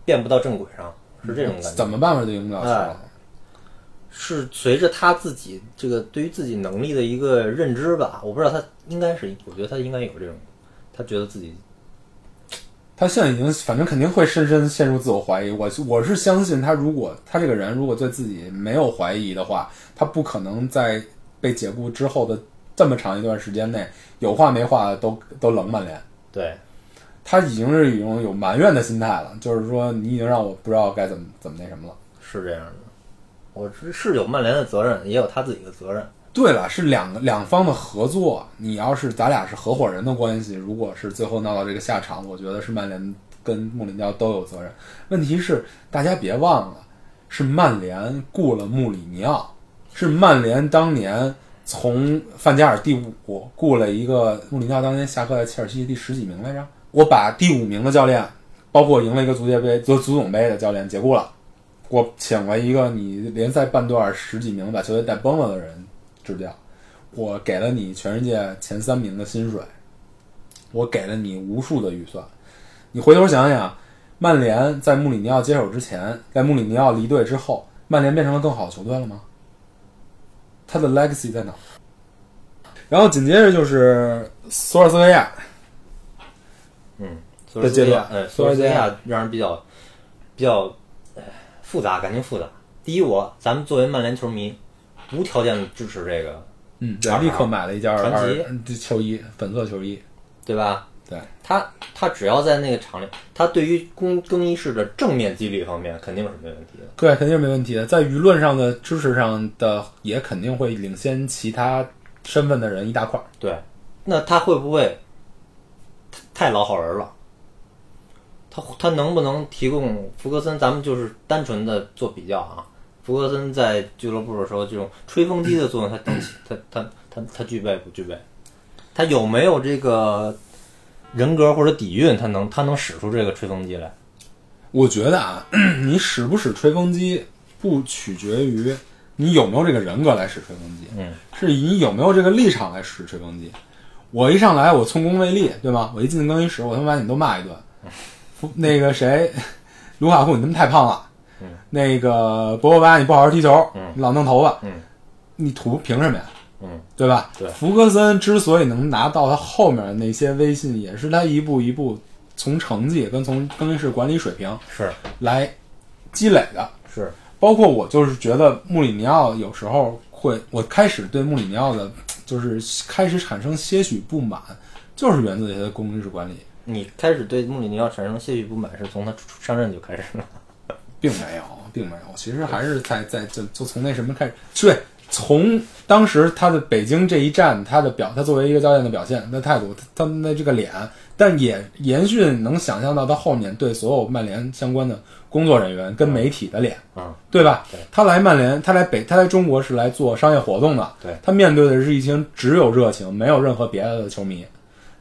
S3: 变不到正轨上，是这种感觉。哎
S2: 怎么办法就赢不了球了。
S3: 是随着他自己这个对于自己能力的一个认知吧，我不知道他应该是，我觉得他应该有这种，他觉得自己
S2: 他现在已经反正肯定会深深陷入自我怀疑。我我是相信他，如果他这个人如果对自己没有怀疑的话，他不可能在被解雇之后的这么长一段时间内有话没话都都冷曼联。
S3: 对
S2: 他已经是一种有埋怨的心态了，就是说你已经让我不知道该怎么怎么那什么了。
S3: 是这样的。我是是有曼联的责任，也有他自己的责任。
S2: 对了，是两个两方的合作。你要是咱俩是合伙人的关系，如果是最后闹到这个下场，我觉得是曼联跟穆里尼奥都有责任。问题是，大家别忘了，是曼联雇了穆里尼奥，是曼联当年从范加尔第五雇了一个穆里尼奥，当年下课在切尔西第十几名来着。我把第五名的教练，包括赢了一个足协杯、足足总杯的教练解雇了。我请了一个你联赛半段十几名把球队带崩了的人执教，我给了你全世界前三名的薪水，我给了你无数的预算。你回头想想，曼联在穆里尼奥接手之前，在穆里尼奥离队之后，曼联变成了更好的球队了吗？他的 legacy 在哪儿？然后紧接着就是索尔斯克亚，
S3: 嗯，索尔斯克亚，嗯，索尔斯克亚让人比较比较呃复杂，感情复杂。第一我，咱们作为曼联球迷，无条件的支持这个，
S2: 嗯，对，立刻买了一件
S3: 传
S2: 二
S3: 奇
S2: 这球衣，粉色球衣，
S3: 对吧？
S2: 对
S3: 他，他只要在那个场里，他对于更更衣室的正面激励方面肯定是没问题的。
S2: 对，肯定没问题的，在舆论上的支持上的也肯定会领先其他身份的人一大块儿。
S3: 对，那他会不会太太老好人了？他他能不能提供福格森？咱们就是单纯的做比较啊。福格森在俱乐部的时候，这种吹风机的作用，他能起，他他他他具备不具备？他有没有这个人格或者底蕴？他能他能使出这个吹风机来？
S2: 我觉得啊， *clears throat* 你使不使吹风机，不取决于你有没有这个人格来使吹风机，
S3: 嗯，
S2: 是你有没有这个立场来使吹风机。我一上来我寸功未力，对吗？我一进更衣室，我他妈把你都骂一顿。
S3: 嗯
S2: *laughs* 那个谁，卢卡库，你他妈太胖了。那个博格巴，你不好好踢球，你老弄头发，
S3: 嗯
S2: 你图凭什么呀？
S3: 嗯，
S2: 对吧？
S3: 对
S2: 福格森之所以能拿到他后面的那些威信，也是他一步一步从成绩跟从更衣室管理水平
S3: 是
S2: 来积累的。
S3: 是，
S2: 包括我就是觉得穆里尼奥有时候会，我开始对穆里尼奥的，就是开始产生些许不满，就是源自于他的公司管理，
S3: 你开始对穆里尼奥产生些许不满，是从他出上任就开始了。
S2: 并没有，并没有，其实还是在在就就从那什么开始，对，从当时他的北京这一站，他的表，他作为一个教练的表现，他态度，他他的这个脸，但也延续能想象到他后面对所有曼联相关的工作人员跟媒体的脸，
S3: 嗯，
S2: 对吧？
S3: 对
S2: 他来曼联，他来北，他来中国是来做商业活动的，
S3: 对
S2: 他面对的是一群只有热情，没有任何别的球迷。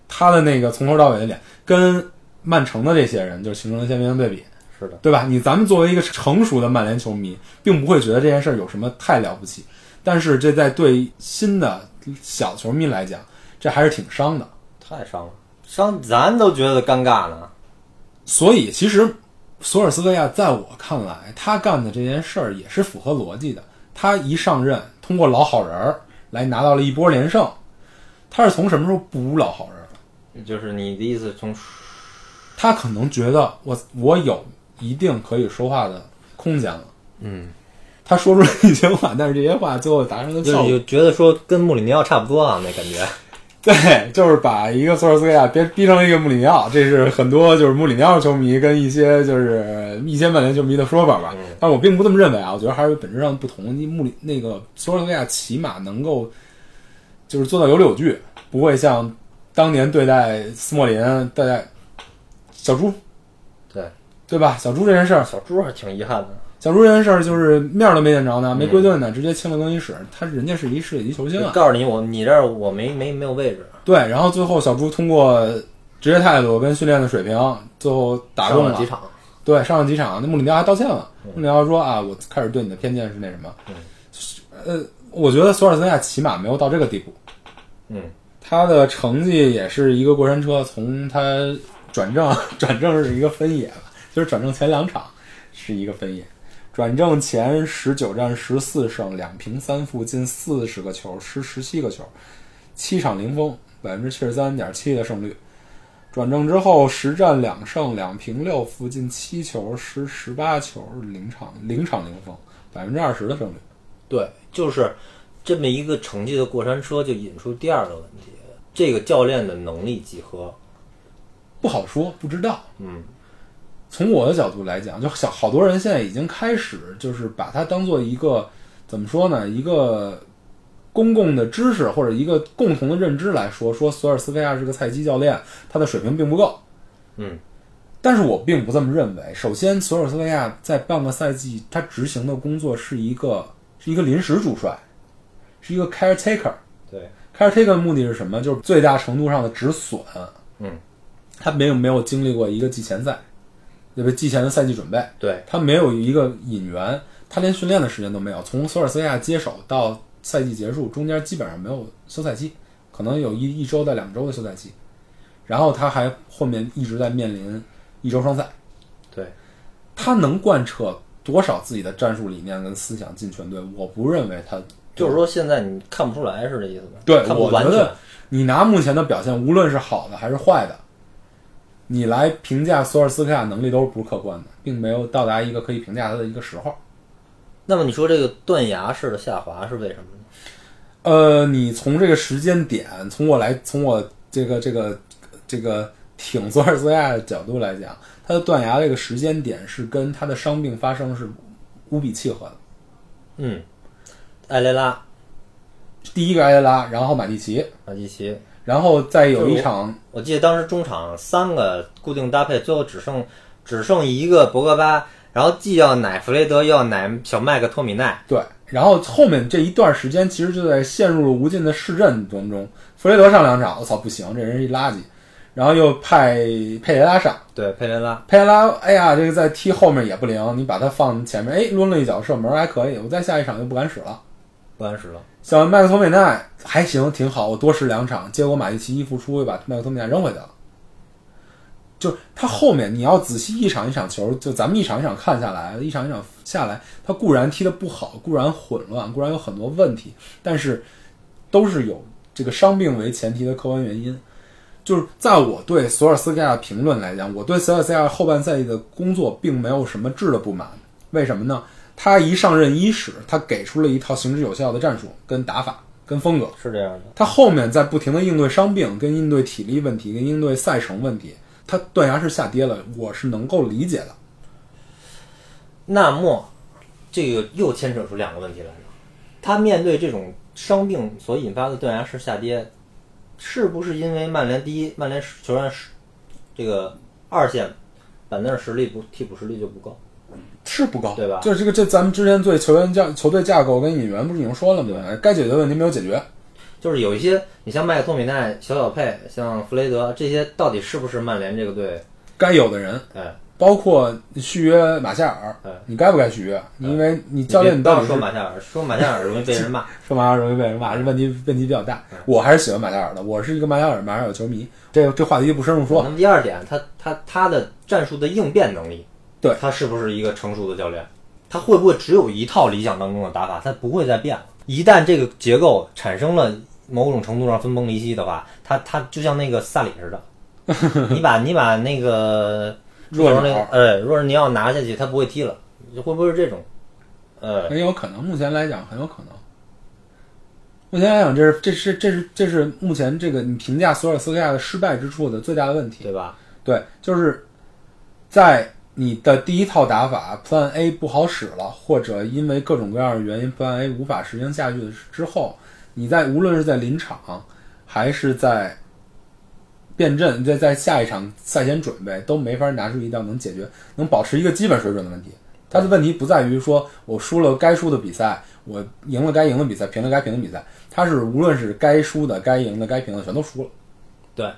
S2: 他的那个从头到尾的脸，跟曼城的这些人就形成了鲜明的对比，
S3: 是的，
S2: 对吧？你咱们作为一个成熟的曼联球迷，并不会觉得这件事儿有什么太了不起，但是这在对新的小球迷来讲，这还是挺伤的。
S3: 太伤了，伤咱都觉得尴尬呢。
S2: 所以其实索尔斯克亚在我看来，他干的这件事儿也是符合逻辑的。他一上任，通过老好人儿来拿到了一波连胜。他是从什么时候不老好人儿？
S3: 就是你的意思从
S2: 他可能觉得我我有一定可以说话的空间了。
S3: 嗯，
S2: 他说出了一些话，但是这些话最后达成了
S3: 就
S2: 效
S3: 是
S2: 果
S3: 就。觉得说跟穆里尼奥差不多啊，那感觉。
S2: *laughs* 对，就是把一个索尔斯克亚逼逼成了一个穆里尼奥，这是很多就是穆里尼奥球迷跟一些就是一些曼联球迷的说法吧。但是我并不这么认为啊，我觉得还是本质上不同。你穆里那个索尔斯克亚起码能够就是做到有理有据，不会像当年对待斯莫林、对待小猪，
S3: 对，
S2: 对吧？小猪这件事儿，
S3: 小猪还挺遗憾的。
S2: 小猪这件事儿就是面儿都没见着呢，没归队呢，直接清了更衣室。他人家是一世界级球星
S3: 就
S2: 啊，
S3: 告诉你我你这儿我没没没有位置，
S2: 对，然后最后小猪通过职业态度跟训练的水平，最后打
S3: 上
S2: 动
S3: 了
S2: 了
S3: 几场。
S2: 对，上了几场，那穆里尼奥还道歉了。穆里尼奥说啊，我开始对你的偏见是那什么，呃，我觉得索尔斯克亚起码没有到这个地步，
S3: 嗯，
S2: 他的成绩也是一个过山车，从他转正 *laughs* 转正是一个分野吧，就是转正前两场是一个分野。转正前十九战十四胜，两平三负，进四十个球，失十七个球，七场零封，百分之七十三点七的胜率。转正之后十战两胜，两平六负，进七球，失十八球，零场零场零封，百分之二十的胜率。
S3: 对，就是这么一个成绩的过山车，就引出第二个问题：这个教练的能力几何？
S2: 不好说，不知道。
S3: 嗯，
S2: 从我的角度来讲，就小好多人现在已经开始就是把它当做一个怎么说呢，一个公共的知识或者一个共同的认知来说，说索尔斯克亚是个菜鸡教练，他的水平并不够。
S3: 嗯，
S2: 但是我并不这么认为。首先，索尔斯克亚在半个赛季他执行的工作是一个是一个临时主帅，是一个 caretaker。
S3: 对，
S2: caretaker 的目的是什么？就是最大程度上的止损。
S3: 嗯，
S2: 他没有没有经历过一个季前赛，对吧？季前的赛季准备，
S3: 对，
S2: 他没有一个引援，他连训练的时间都没有。从索尔斯克亚接手到赛季结束，中间基本上没有休赛期，可能有一一周到两周的休赛期。然后他还后面一直在面临一周双赛，
S3: 对，
S2: 他能贯彻多少自己的战术理念跟思想进全队？我不认为他
S3: 就是说现在你看不出来是这意思吧？
S2: 对，
S3: 看不
S2: 我
S3: 完
S2: 觉
S3: 全
S2: 得。你拿目前的表现，无论是好的还是坏的，你来评价索尔斯克亚能力都是不是客观的，并没有到达一个可以评价他的一个时候。
S3: 那么你说这个断崖式的下滑是为什么呢？
S2: 呃，你从这个时间点，从我来，从我这个这个这个挺索尔斯克亚的角度来讲，他的断崖这个时间点是跟他的伤病发生是无比契合的。
S3: 嗯，埃雷拉、
S2: 第一个埃雷拉，然后马蒂奇，
S3: 马基奇，
S2: 然后再有
S3: 就是
S2: 一
S3: 我
S2: 场
S3: 我记得当时中场三个固定搭配，最后只剩只剩一个博格巴，然后既要奶弗雷德，又要奶小麦克托米奈。
S2: 对，然后后面这一段时间其实就在陷入了无尽的市政当中。弗雷德上两场，我操不行，这人是一垃圾。然后又派佩雷拉上，
S3: 对，佩雷拉，
S2: 佩雷拉，哎呀，这个在踢后面也不灵，你把他放前面，哎，抡了一脚射门还可以，我再下一场就不敢使了。
S3: 不安石了。
S2: 小麦克托米奈还行，挺好，我多使两场，结果马蒂奇一复出又把麦克托米奈扔回去了。就是他后面你要仔细一场一场球，就咱们一场一场看下来，一场一场下来，他固然踢得不好，固然混乱，固然有很多问题，但是都是有这个伤病为前提的客观原因。就是在我对索尔斯克亚的评论来讲，我对索尔斯克亚后半赛季的工作并没有什么质的不满。为什么呢？他一上任伊始，他给出了一套行之有效的战术、跟打法、跟风格。
S3: 是这样的，
S2: 他后面在不停的应对伤病、跟应对体力问题、跟应对赛程问题，他断崖式下跌了，我是能够理解的。
S3: 那么这个又牵扯出两个问题来了，他面对这种伤病所引发的断崖式下跌，是不是因为曼联第一，曼联球员是这个二线板凳实力不替补实力就不够？
S2: 是不高，
S3: 对吧
S2: 就是这个，这咱们之前对球员架、球队架构跟引援不是已经说了吗？该解决的问题没有解决，
S3: 就是有一些，你像麦克托米奈、小小佩、像弗雷德这些，到底是不是曼联这个队？
S2: 该有的人，
S3: 哎，
S2: 包括续约马夏尔
S3: 嗯，
S2: 你该不该续约？因为你教练，
S3: 你
S2: 你
S3: 不
S2: 到
S3: 要
S2: 底
S3: 说
S2: 是
S3: 马夏尔，说马夏尔容易被
S2: *laughs*
S3: 人骂。
S2: 说马夏尔容易被人骂，这问题问题比较
S3: 哎
S2: 大。我还是喜欢马夏尔的，我是一个马夏尔马夏尔球迷。这个这话题就不深入说
S3: 那，么第二点，他他他的战术的应变能力，
S2: 对
S3: 他是不是一个成熟的教练？他会不会只有一套理想当中的打法，他不会再变了？一旦这个结构产生了某种程度上分崩离析的话，他他就像那个萨里似的， *laughs* 你把你把那个
S2: 弱
S3: 那
S2: 鸟
S3: 个呃若尔尼奥拿下去，他不会踢了，会不会是这种？呃，
S2: 很有可能，目前来讲很有可能。目前来讲，这是这是这是这是目前这个你评价索尔斯克亚的失败之处的最大的问题。
S3: 对吧？
S2: 对，就是在你的第一套打法 Plan A 不好使了，或者因为各种各样的原因 Plan A 无法实行下去之后，你在无论是在临场还是在变阵，在在下一场赛前准备都没法拿出一道能解决、能保持一个基本水准的问题。他的问题不在于说我输了该输的比赛，我赢了该赢的比赛，平了该平的比赛，他是无论是该输的、该赢的、该平的全都输了，
S3: 对，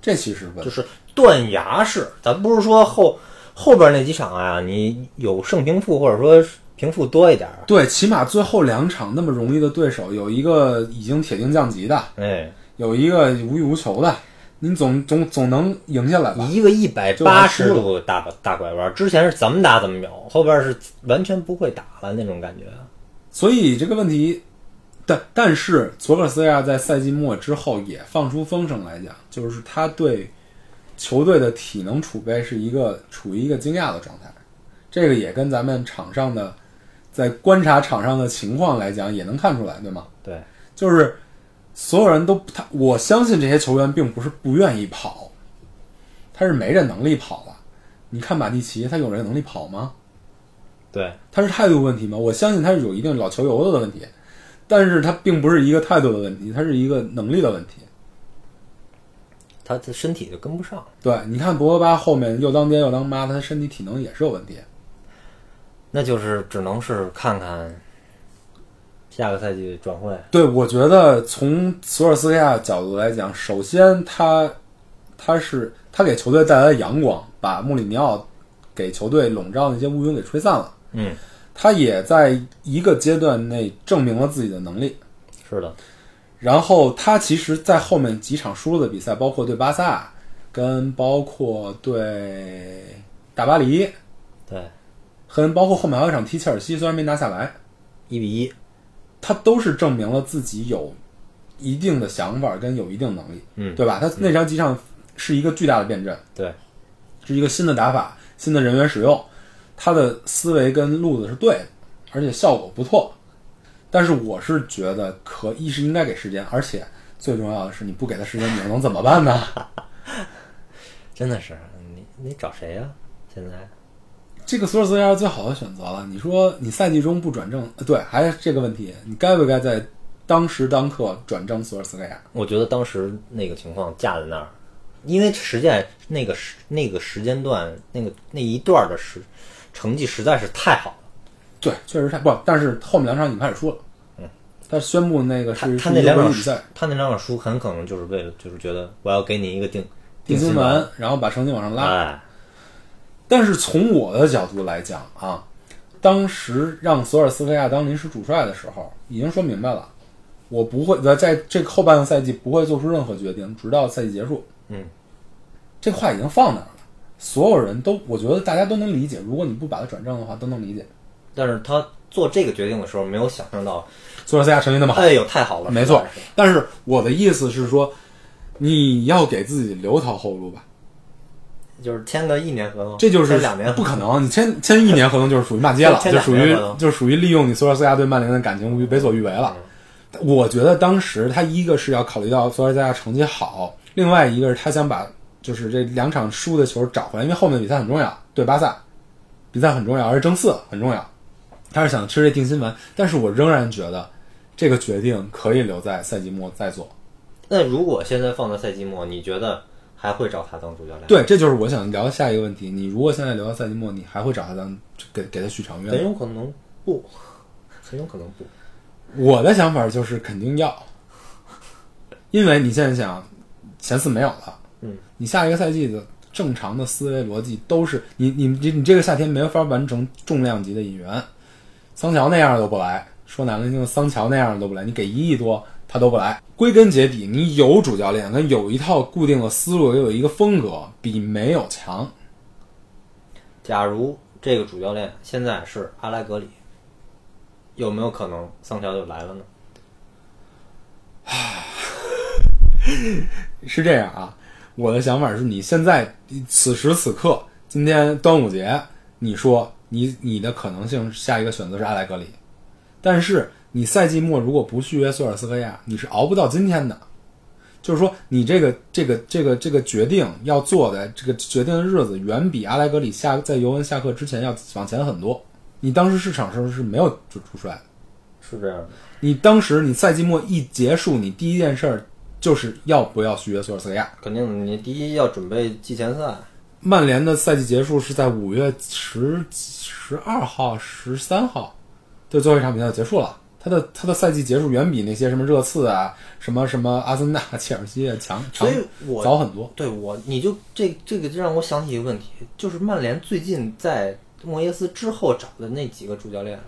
S2: 这其实是问题。
S3: 就是断崖式。咱不是说后后边那几场啊，你有胜平负或者说平负多一点儿，啊
S2: 对，起码最后两场那么容易的对手，有一个已经铁定降级的，
S3: 哎，
S2: 有一个无欲无求的，您总总总能赢下来吧？
S3: 一个一百
S2: 就还
S3: 八
S2: 输
S3: 十
S2: 了
S3: 度的大大拐弯，之前是怎么打怎么有，后边是完全不会打了那种感觉。
S2: 所以这个问题，但但是佐克斯亚在赛季末之后也放出风声来讲，就是他对球队的体能储备是一个处于一个惊讶的状态，这个也跟咱们场上的在观察场上的情况来讲也能看出来，对吗？
S3: 对，
S2: 就是所有人都不他，我相信这些球员并不是不愿意跑，他是没这能力跑了。你看马蒂奇，他有这能力跑吗？
S3: 对，
S2: 他是态度问题吗？我相信他是有一定老球油的问题，但是他并不是一个态度的问题，他是一个能力的问题。
S3: 他的身体就跟不上。
S2: 对，你看博格巴后面又当爹又当妈，他身体体能也是有问题。
S3: 那就是只能是看看下个赛季转会，
S2: 对，我觉得从索尔斯克亚角度来讲，首先他他是他给球队带来的阳光，把穆里尼奥给球队笼罩的那些乌云给吹散了。
S3: 嗯，
S2: 他也在一个阶段内证明了自己的能力。
S3: 是的，
S2: 然后他其实，在后面几场输了的比赛，包括对巴萨，跟包括对大巴黎，
S3: 对，
S2: 跟包括后面还有一场踢切尔西，虽然没拿下来，
S3: 一比一，
S2: 他都是证明了自己有一定的想法跟有一定能力，
S3: 嗯
S2: 对吧？他那场几场是一个巨大的辩证，
S3: 对，
S2: 是一个新的打法、新的人员使用，他的思维跟路子是对的，而且效果不错。但是我是觉得可一是应该给时间，而且最重要的是你不给他时间，你又能怎么办呢？ *laughs*
S3: 真的是你你找谁呀、现在
S2: 这个索尔斯克亚是最好的选择了。你说你赛季中不转正，呃对，还是这个问题，你该不该在当时当刻转正索尔斯克亚？
S3: 我觉得当时那个情况架在那儿，因为实在那个时那个时间段那个那一段的时成绩实在是太好了。
S2: 对，确实太不，但是后面两场已经开始输了。嗯，他宣布那个
S3: 他
S2: 是
S3: 他
S2: 是
S3: 那
S2: 一个
S3: 两
S2: 国
S3: 场
S2: 际比
S3: 输
S2: 赛，
S3: 他那两场输很可能就是为了就是觉得我要给你一个定
S2: 定心
S3: 心
S2: 丸，啊然后把成绩往上拉。
S3: 哎，
S2: 但是从我的角度来讲啊，当时让索尔斯克亚当临时主帅的时候，已经说明白了，我不会在在这个后半个赛季不会做出任何决定，直到赛季结束。
S3: 嗯，
S2: 这话已经放那儿了，所有人都我觉得大家都能理解，如果你不把它转正的话，都能理解。
S3: 但是他做这个决定的时候没有想象到，
S2: 索尔斯克亚成绩那么好，
S3: 哎呦太好了，
S2: 啊没错
S3: 实在是。
S2: 但是我的意思是说，你要给自己留条后路吧。
S3: 就是签个一年合同，
S2: 这就是
S3: 签两年合
S2: 不
S3: 同
S2: 可能，你签签一年合同就是属于骂街了，
S3: 签
S2: 就
S3: 两
S2: 属
S3: 年
S2: 于
S3: 合同
S2: 就属于利用你索尔斯克亚对曼联的感情为所欲为了。
S3: 嗯
S2: 我觉得当时他一个是要考虑到索尔斯克亚成绩好，另外一个是他想把就是这两场输的球找回来，因为后面的比赛很重要，对巴萨比赛很重要，而且争四很重要，他是想吃这定心丸。但是我仍然觉得这个决定可以留在赛季末再做。
S3: 那如果现在放到赛季末，你觉得还会找他当主教练？，
S2: 对，这就是我想聊下一个问题。你如果现在留到赛季末，你还会找他当给给他续长约
S3: 很
S2: 吗？
S3: 有可能不， *laughs* 很有可能不。
S2: 我的想法就是肯定要，因为你现在想前四没有了，
S3: 嗯，
S2: 你下一个赛季的正常的思维逻辑都是你你你你这个夏天没法完成重量级的引援，桑乔那样都不来，说难了听，桑乔那样都不来，你给一亿多他都不来。归根结底，你有主教练跟有一套固定的思路，有一个风格，比没有强。
S3: 假如这个主教练现在是阿莱格里，有没有可能桑乔就来了呢？
S2: 是这样啊，我的想法是你现在此时此刻，今天端午节，你说你你的可能性下一个选择是阿莱格里，但是你赛季末如果不续约索尔斯克亚，你是熬不到今天的。就是说，你这个这个这个这个决定要做的这个决定的日子，远比阿莱格里下在尤文下课之前要往前很多。你当时市场上是没有主主帅的。
S3: 是这样的。
S2: 你当时你赛季末一结束，你第一件事儿就是要不要续约索尔斯克亚。
S3: 肯定的，你第一要准备季前赛，
S2: 曼联的赛季结束是在五月十十二号、十三号，就最后一场比赛就结束了。他的他的赛季结束远比那些什么热刺啊、什么什么阿森纳、 *laughs* 切尔西啊强强
S3: 所以我
S2: 早很多。
S3: 哦对我，你就这这个就让我想起一个问题，就是曼联最近在莫耶斯之后找的那几个主教练，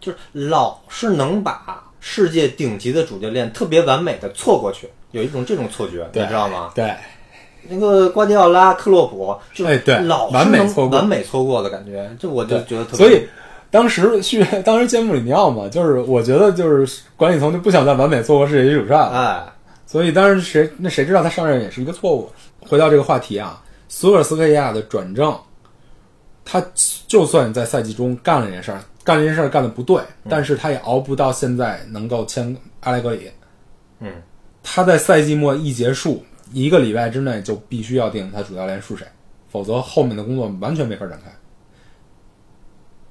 S3: 就是老是能把世界顶级的主教练特别完美的错过去，有一种这种错觉，你
S2: 对
S3: 知道吗？
S2: 对，
S3: 那个瓜迪奥拉、克洛普，就
S2: 哎对
S3: 老是
S2: 完美
S3: 能
S2: 错过
S3: 完美错过的感觉，这我就觉得特别。
S2: 所以当时续 *laughs* 当时揭幕里尼奥嘛，就是我觉得就是管理层就不想再完美做过世界级主帅了。
S3: 哎，
S2: 所以当然谁那谁知道他上任也是一个错误。回到这个话题啊，索尔斯克亚的转正，他就算在赛季中干了这件事儿，干了这件事儿干的不对，但是他也熬不到现在能够签阿莱格里。
S3: 嗯，
S2: 他在赛季末一结束，一个礼拜之内就必须要定他主教练是谁，否则后面的工作完全没法展开。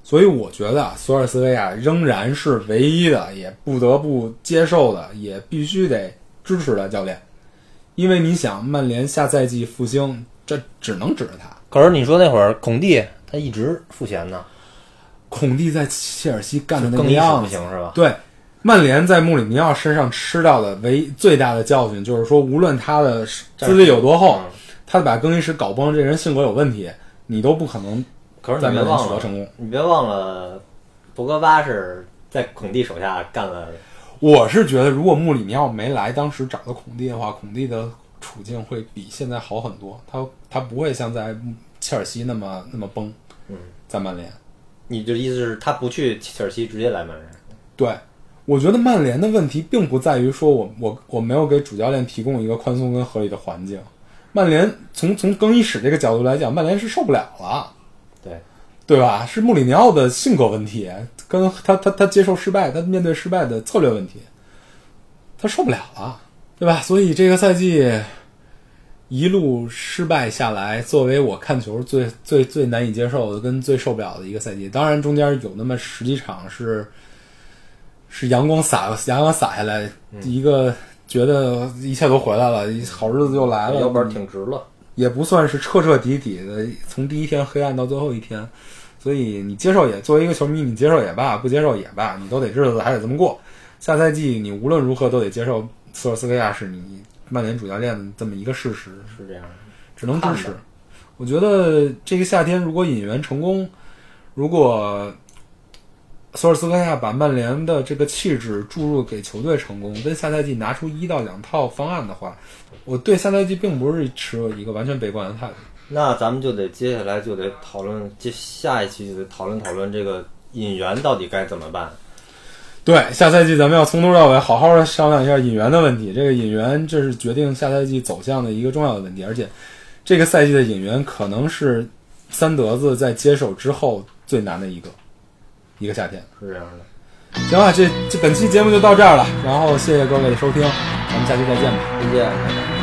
S2: 所以我觉得啊，索尔斯克亚仍然是唯一的，也不得不接受的，也必须得支持的教练，因为你想，曼联下赛季复兴，这只能指着他。
S3: 可是你说那会儿孔蒂他一直赋闲呢，
S2: 孔蒂在切尔西干的那
S3: 更
S2: 个
S3: 衣室
S2: 样
S3: 不
S2: 子，
S3: 行是吧？
S2: 对，曼联在穆里尼奥身上吃到的唯一最大的教训就是说，无论他的资历有多厚，
S3: 嗯
S2: 他把更衣室搞崩，这人性格有问题，你都不可能
S3: 可是
S2: 在
S3: 你别
S2: 曼联取
S3: 忘
S2: 得
S3: 了，
S2: 成功。
S3: 你别忘了，博格巴是在孔蒂手下干了，
S2: 我是觉得，如果穆里尼奥没来，当时找到孔蒂的话，孔蒂的处境会比现在好很多，他他不会像在切尔西那么那么崩。
S3: 嗯，
S2: 在曼联。
S3: 你就意思是他不去切尔西，直接来曼联。
S2: 对，我觉得曼联的问题并不在于说我我我没有给主教练提供一个宽松跟合理的环境。曼联从从更衣室这个角度来讲，曼联是受不了了，
S3: 对，
S2: 对吧？是穆里尼奥的性格问题，跟他他他接受失败，他面对失败的策略问题，他受不了了，对吧？所以这个赛季一路失败下来，作为我看球最最最难以接受的跟最受不了的一个赛季。当然中间有那么十几场是是阳光洒阳光洒下来，一个觉得一切都回来了，好日子又来了，
S3: 腰板挺直了。
S2: 也不算是彻彻底底的从第一天黑暗到最后一天，所以你接受也作为一个球迷，你接受也罢，不接受也罢，你都得日子还得这么过。下赛季你无论如何都得接受索尔斯克亚是你曼联主教练的这么一个事实，
S3: 是这样的，
S2: 只能支
S3: 看
S2: 持
S3: 吧。
S2: 我觉得这个夏天如果引援成功，如果索尔斯克亚把曼联的这个气质注入给球队成功，跟下赛季拿出一到两套方案的话，我对下赛季并不是持有一个完全悲观的态度。
S3: 那咱们就得接下来就得讨论，接下一期就得讨论讨论这个引援到底该怎么办。
S2: 对，下赛季咱们要从头到尾好好的商量一下引援的问题。这个引援，这是决定下赛季走向的一个重要的问题，而且这个赛季的引援可能是三德子在接手之后最难的一个一个夏天。
S3: 是这样的。
S2: 行啊，这这本期节目就到这儿了，然后谢谢各位的收听，咱们下期再见吧。
S3: 嗯再见，拜拜。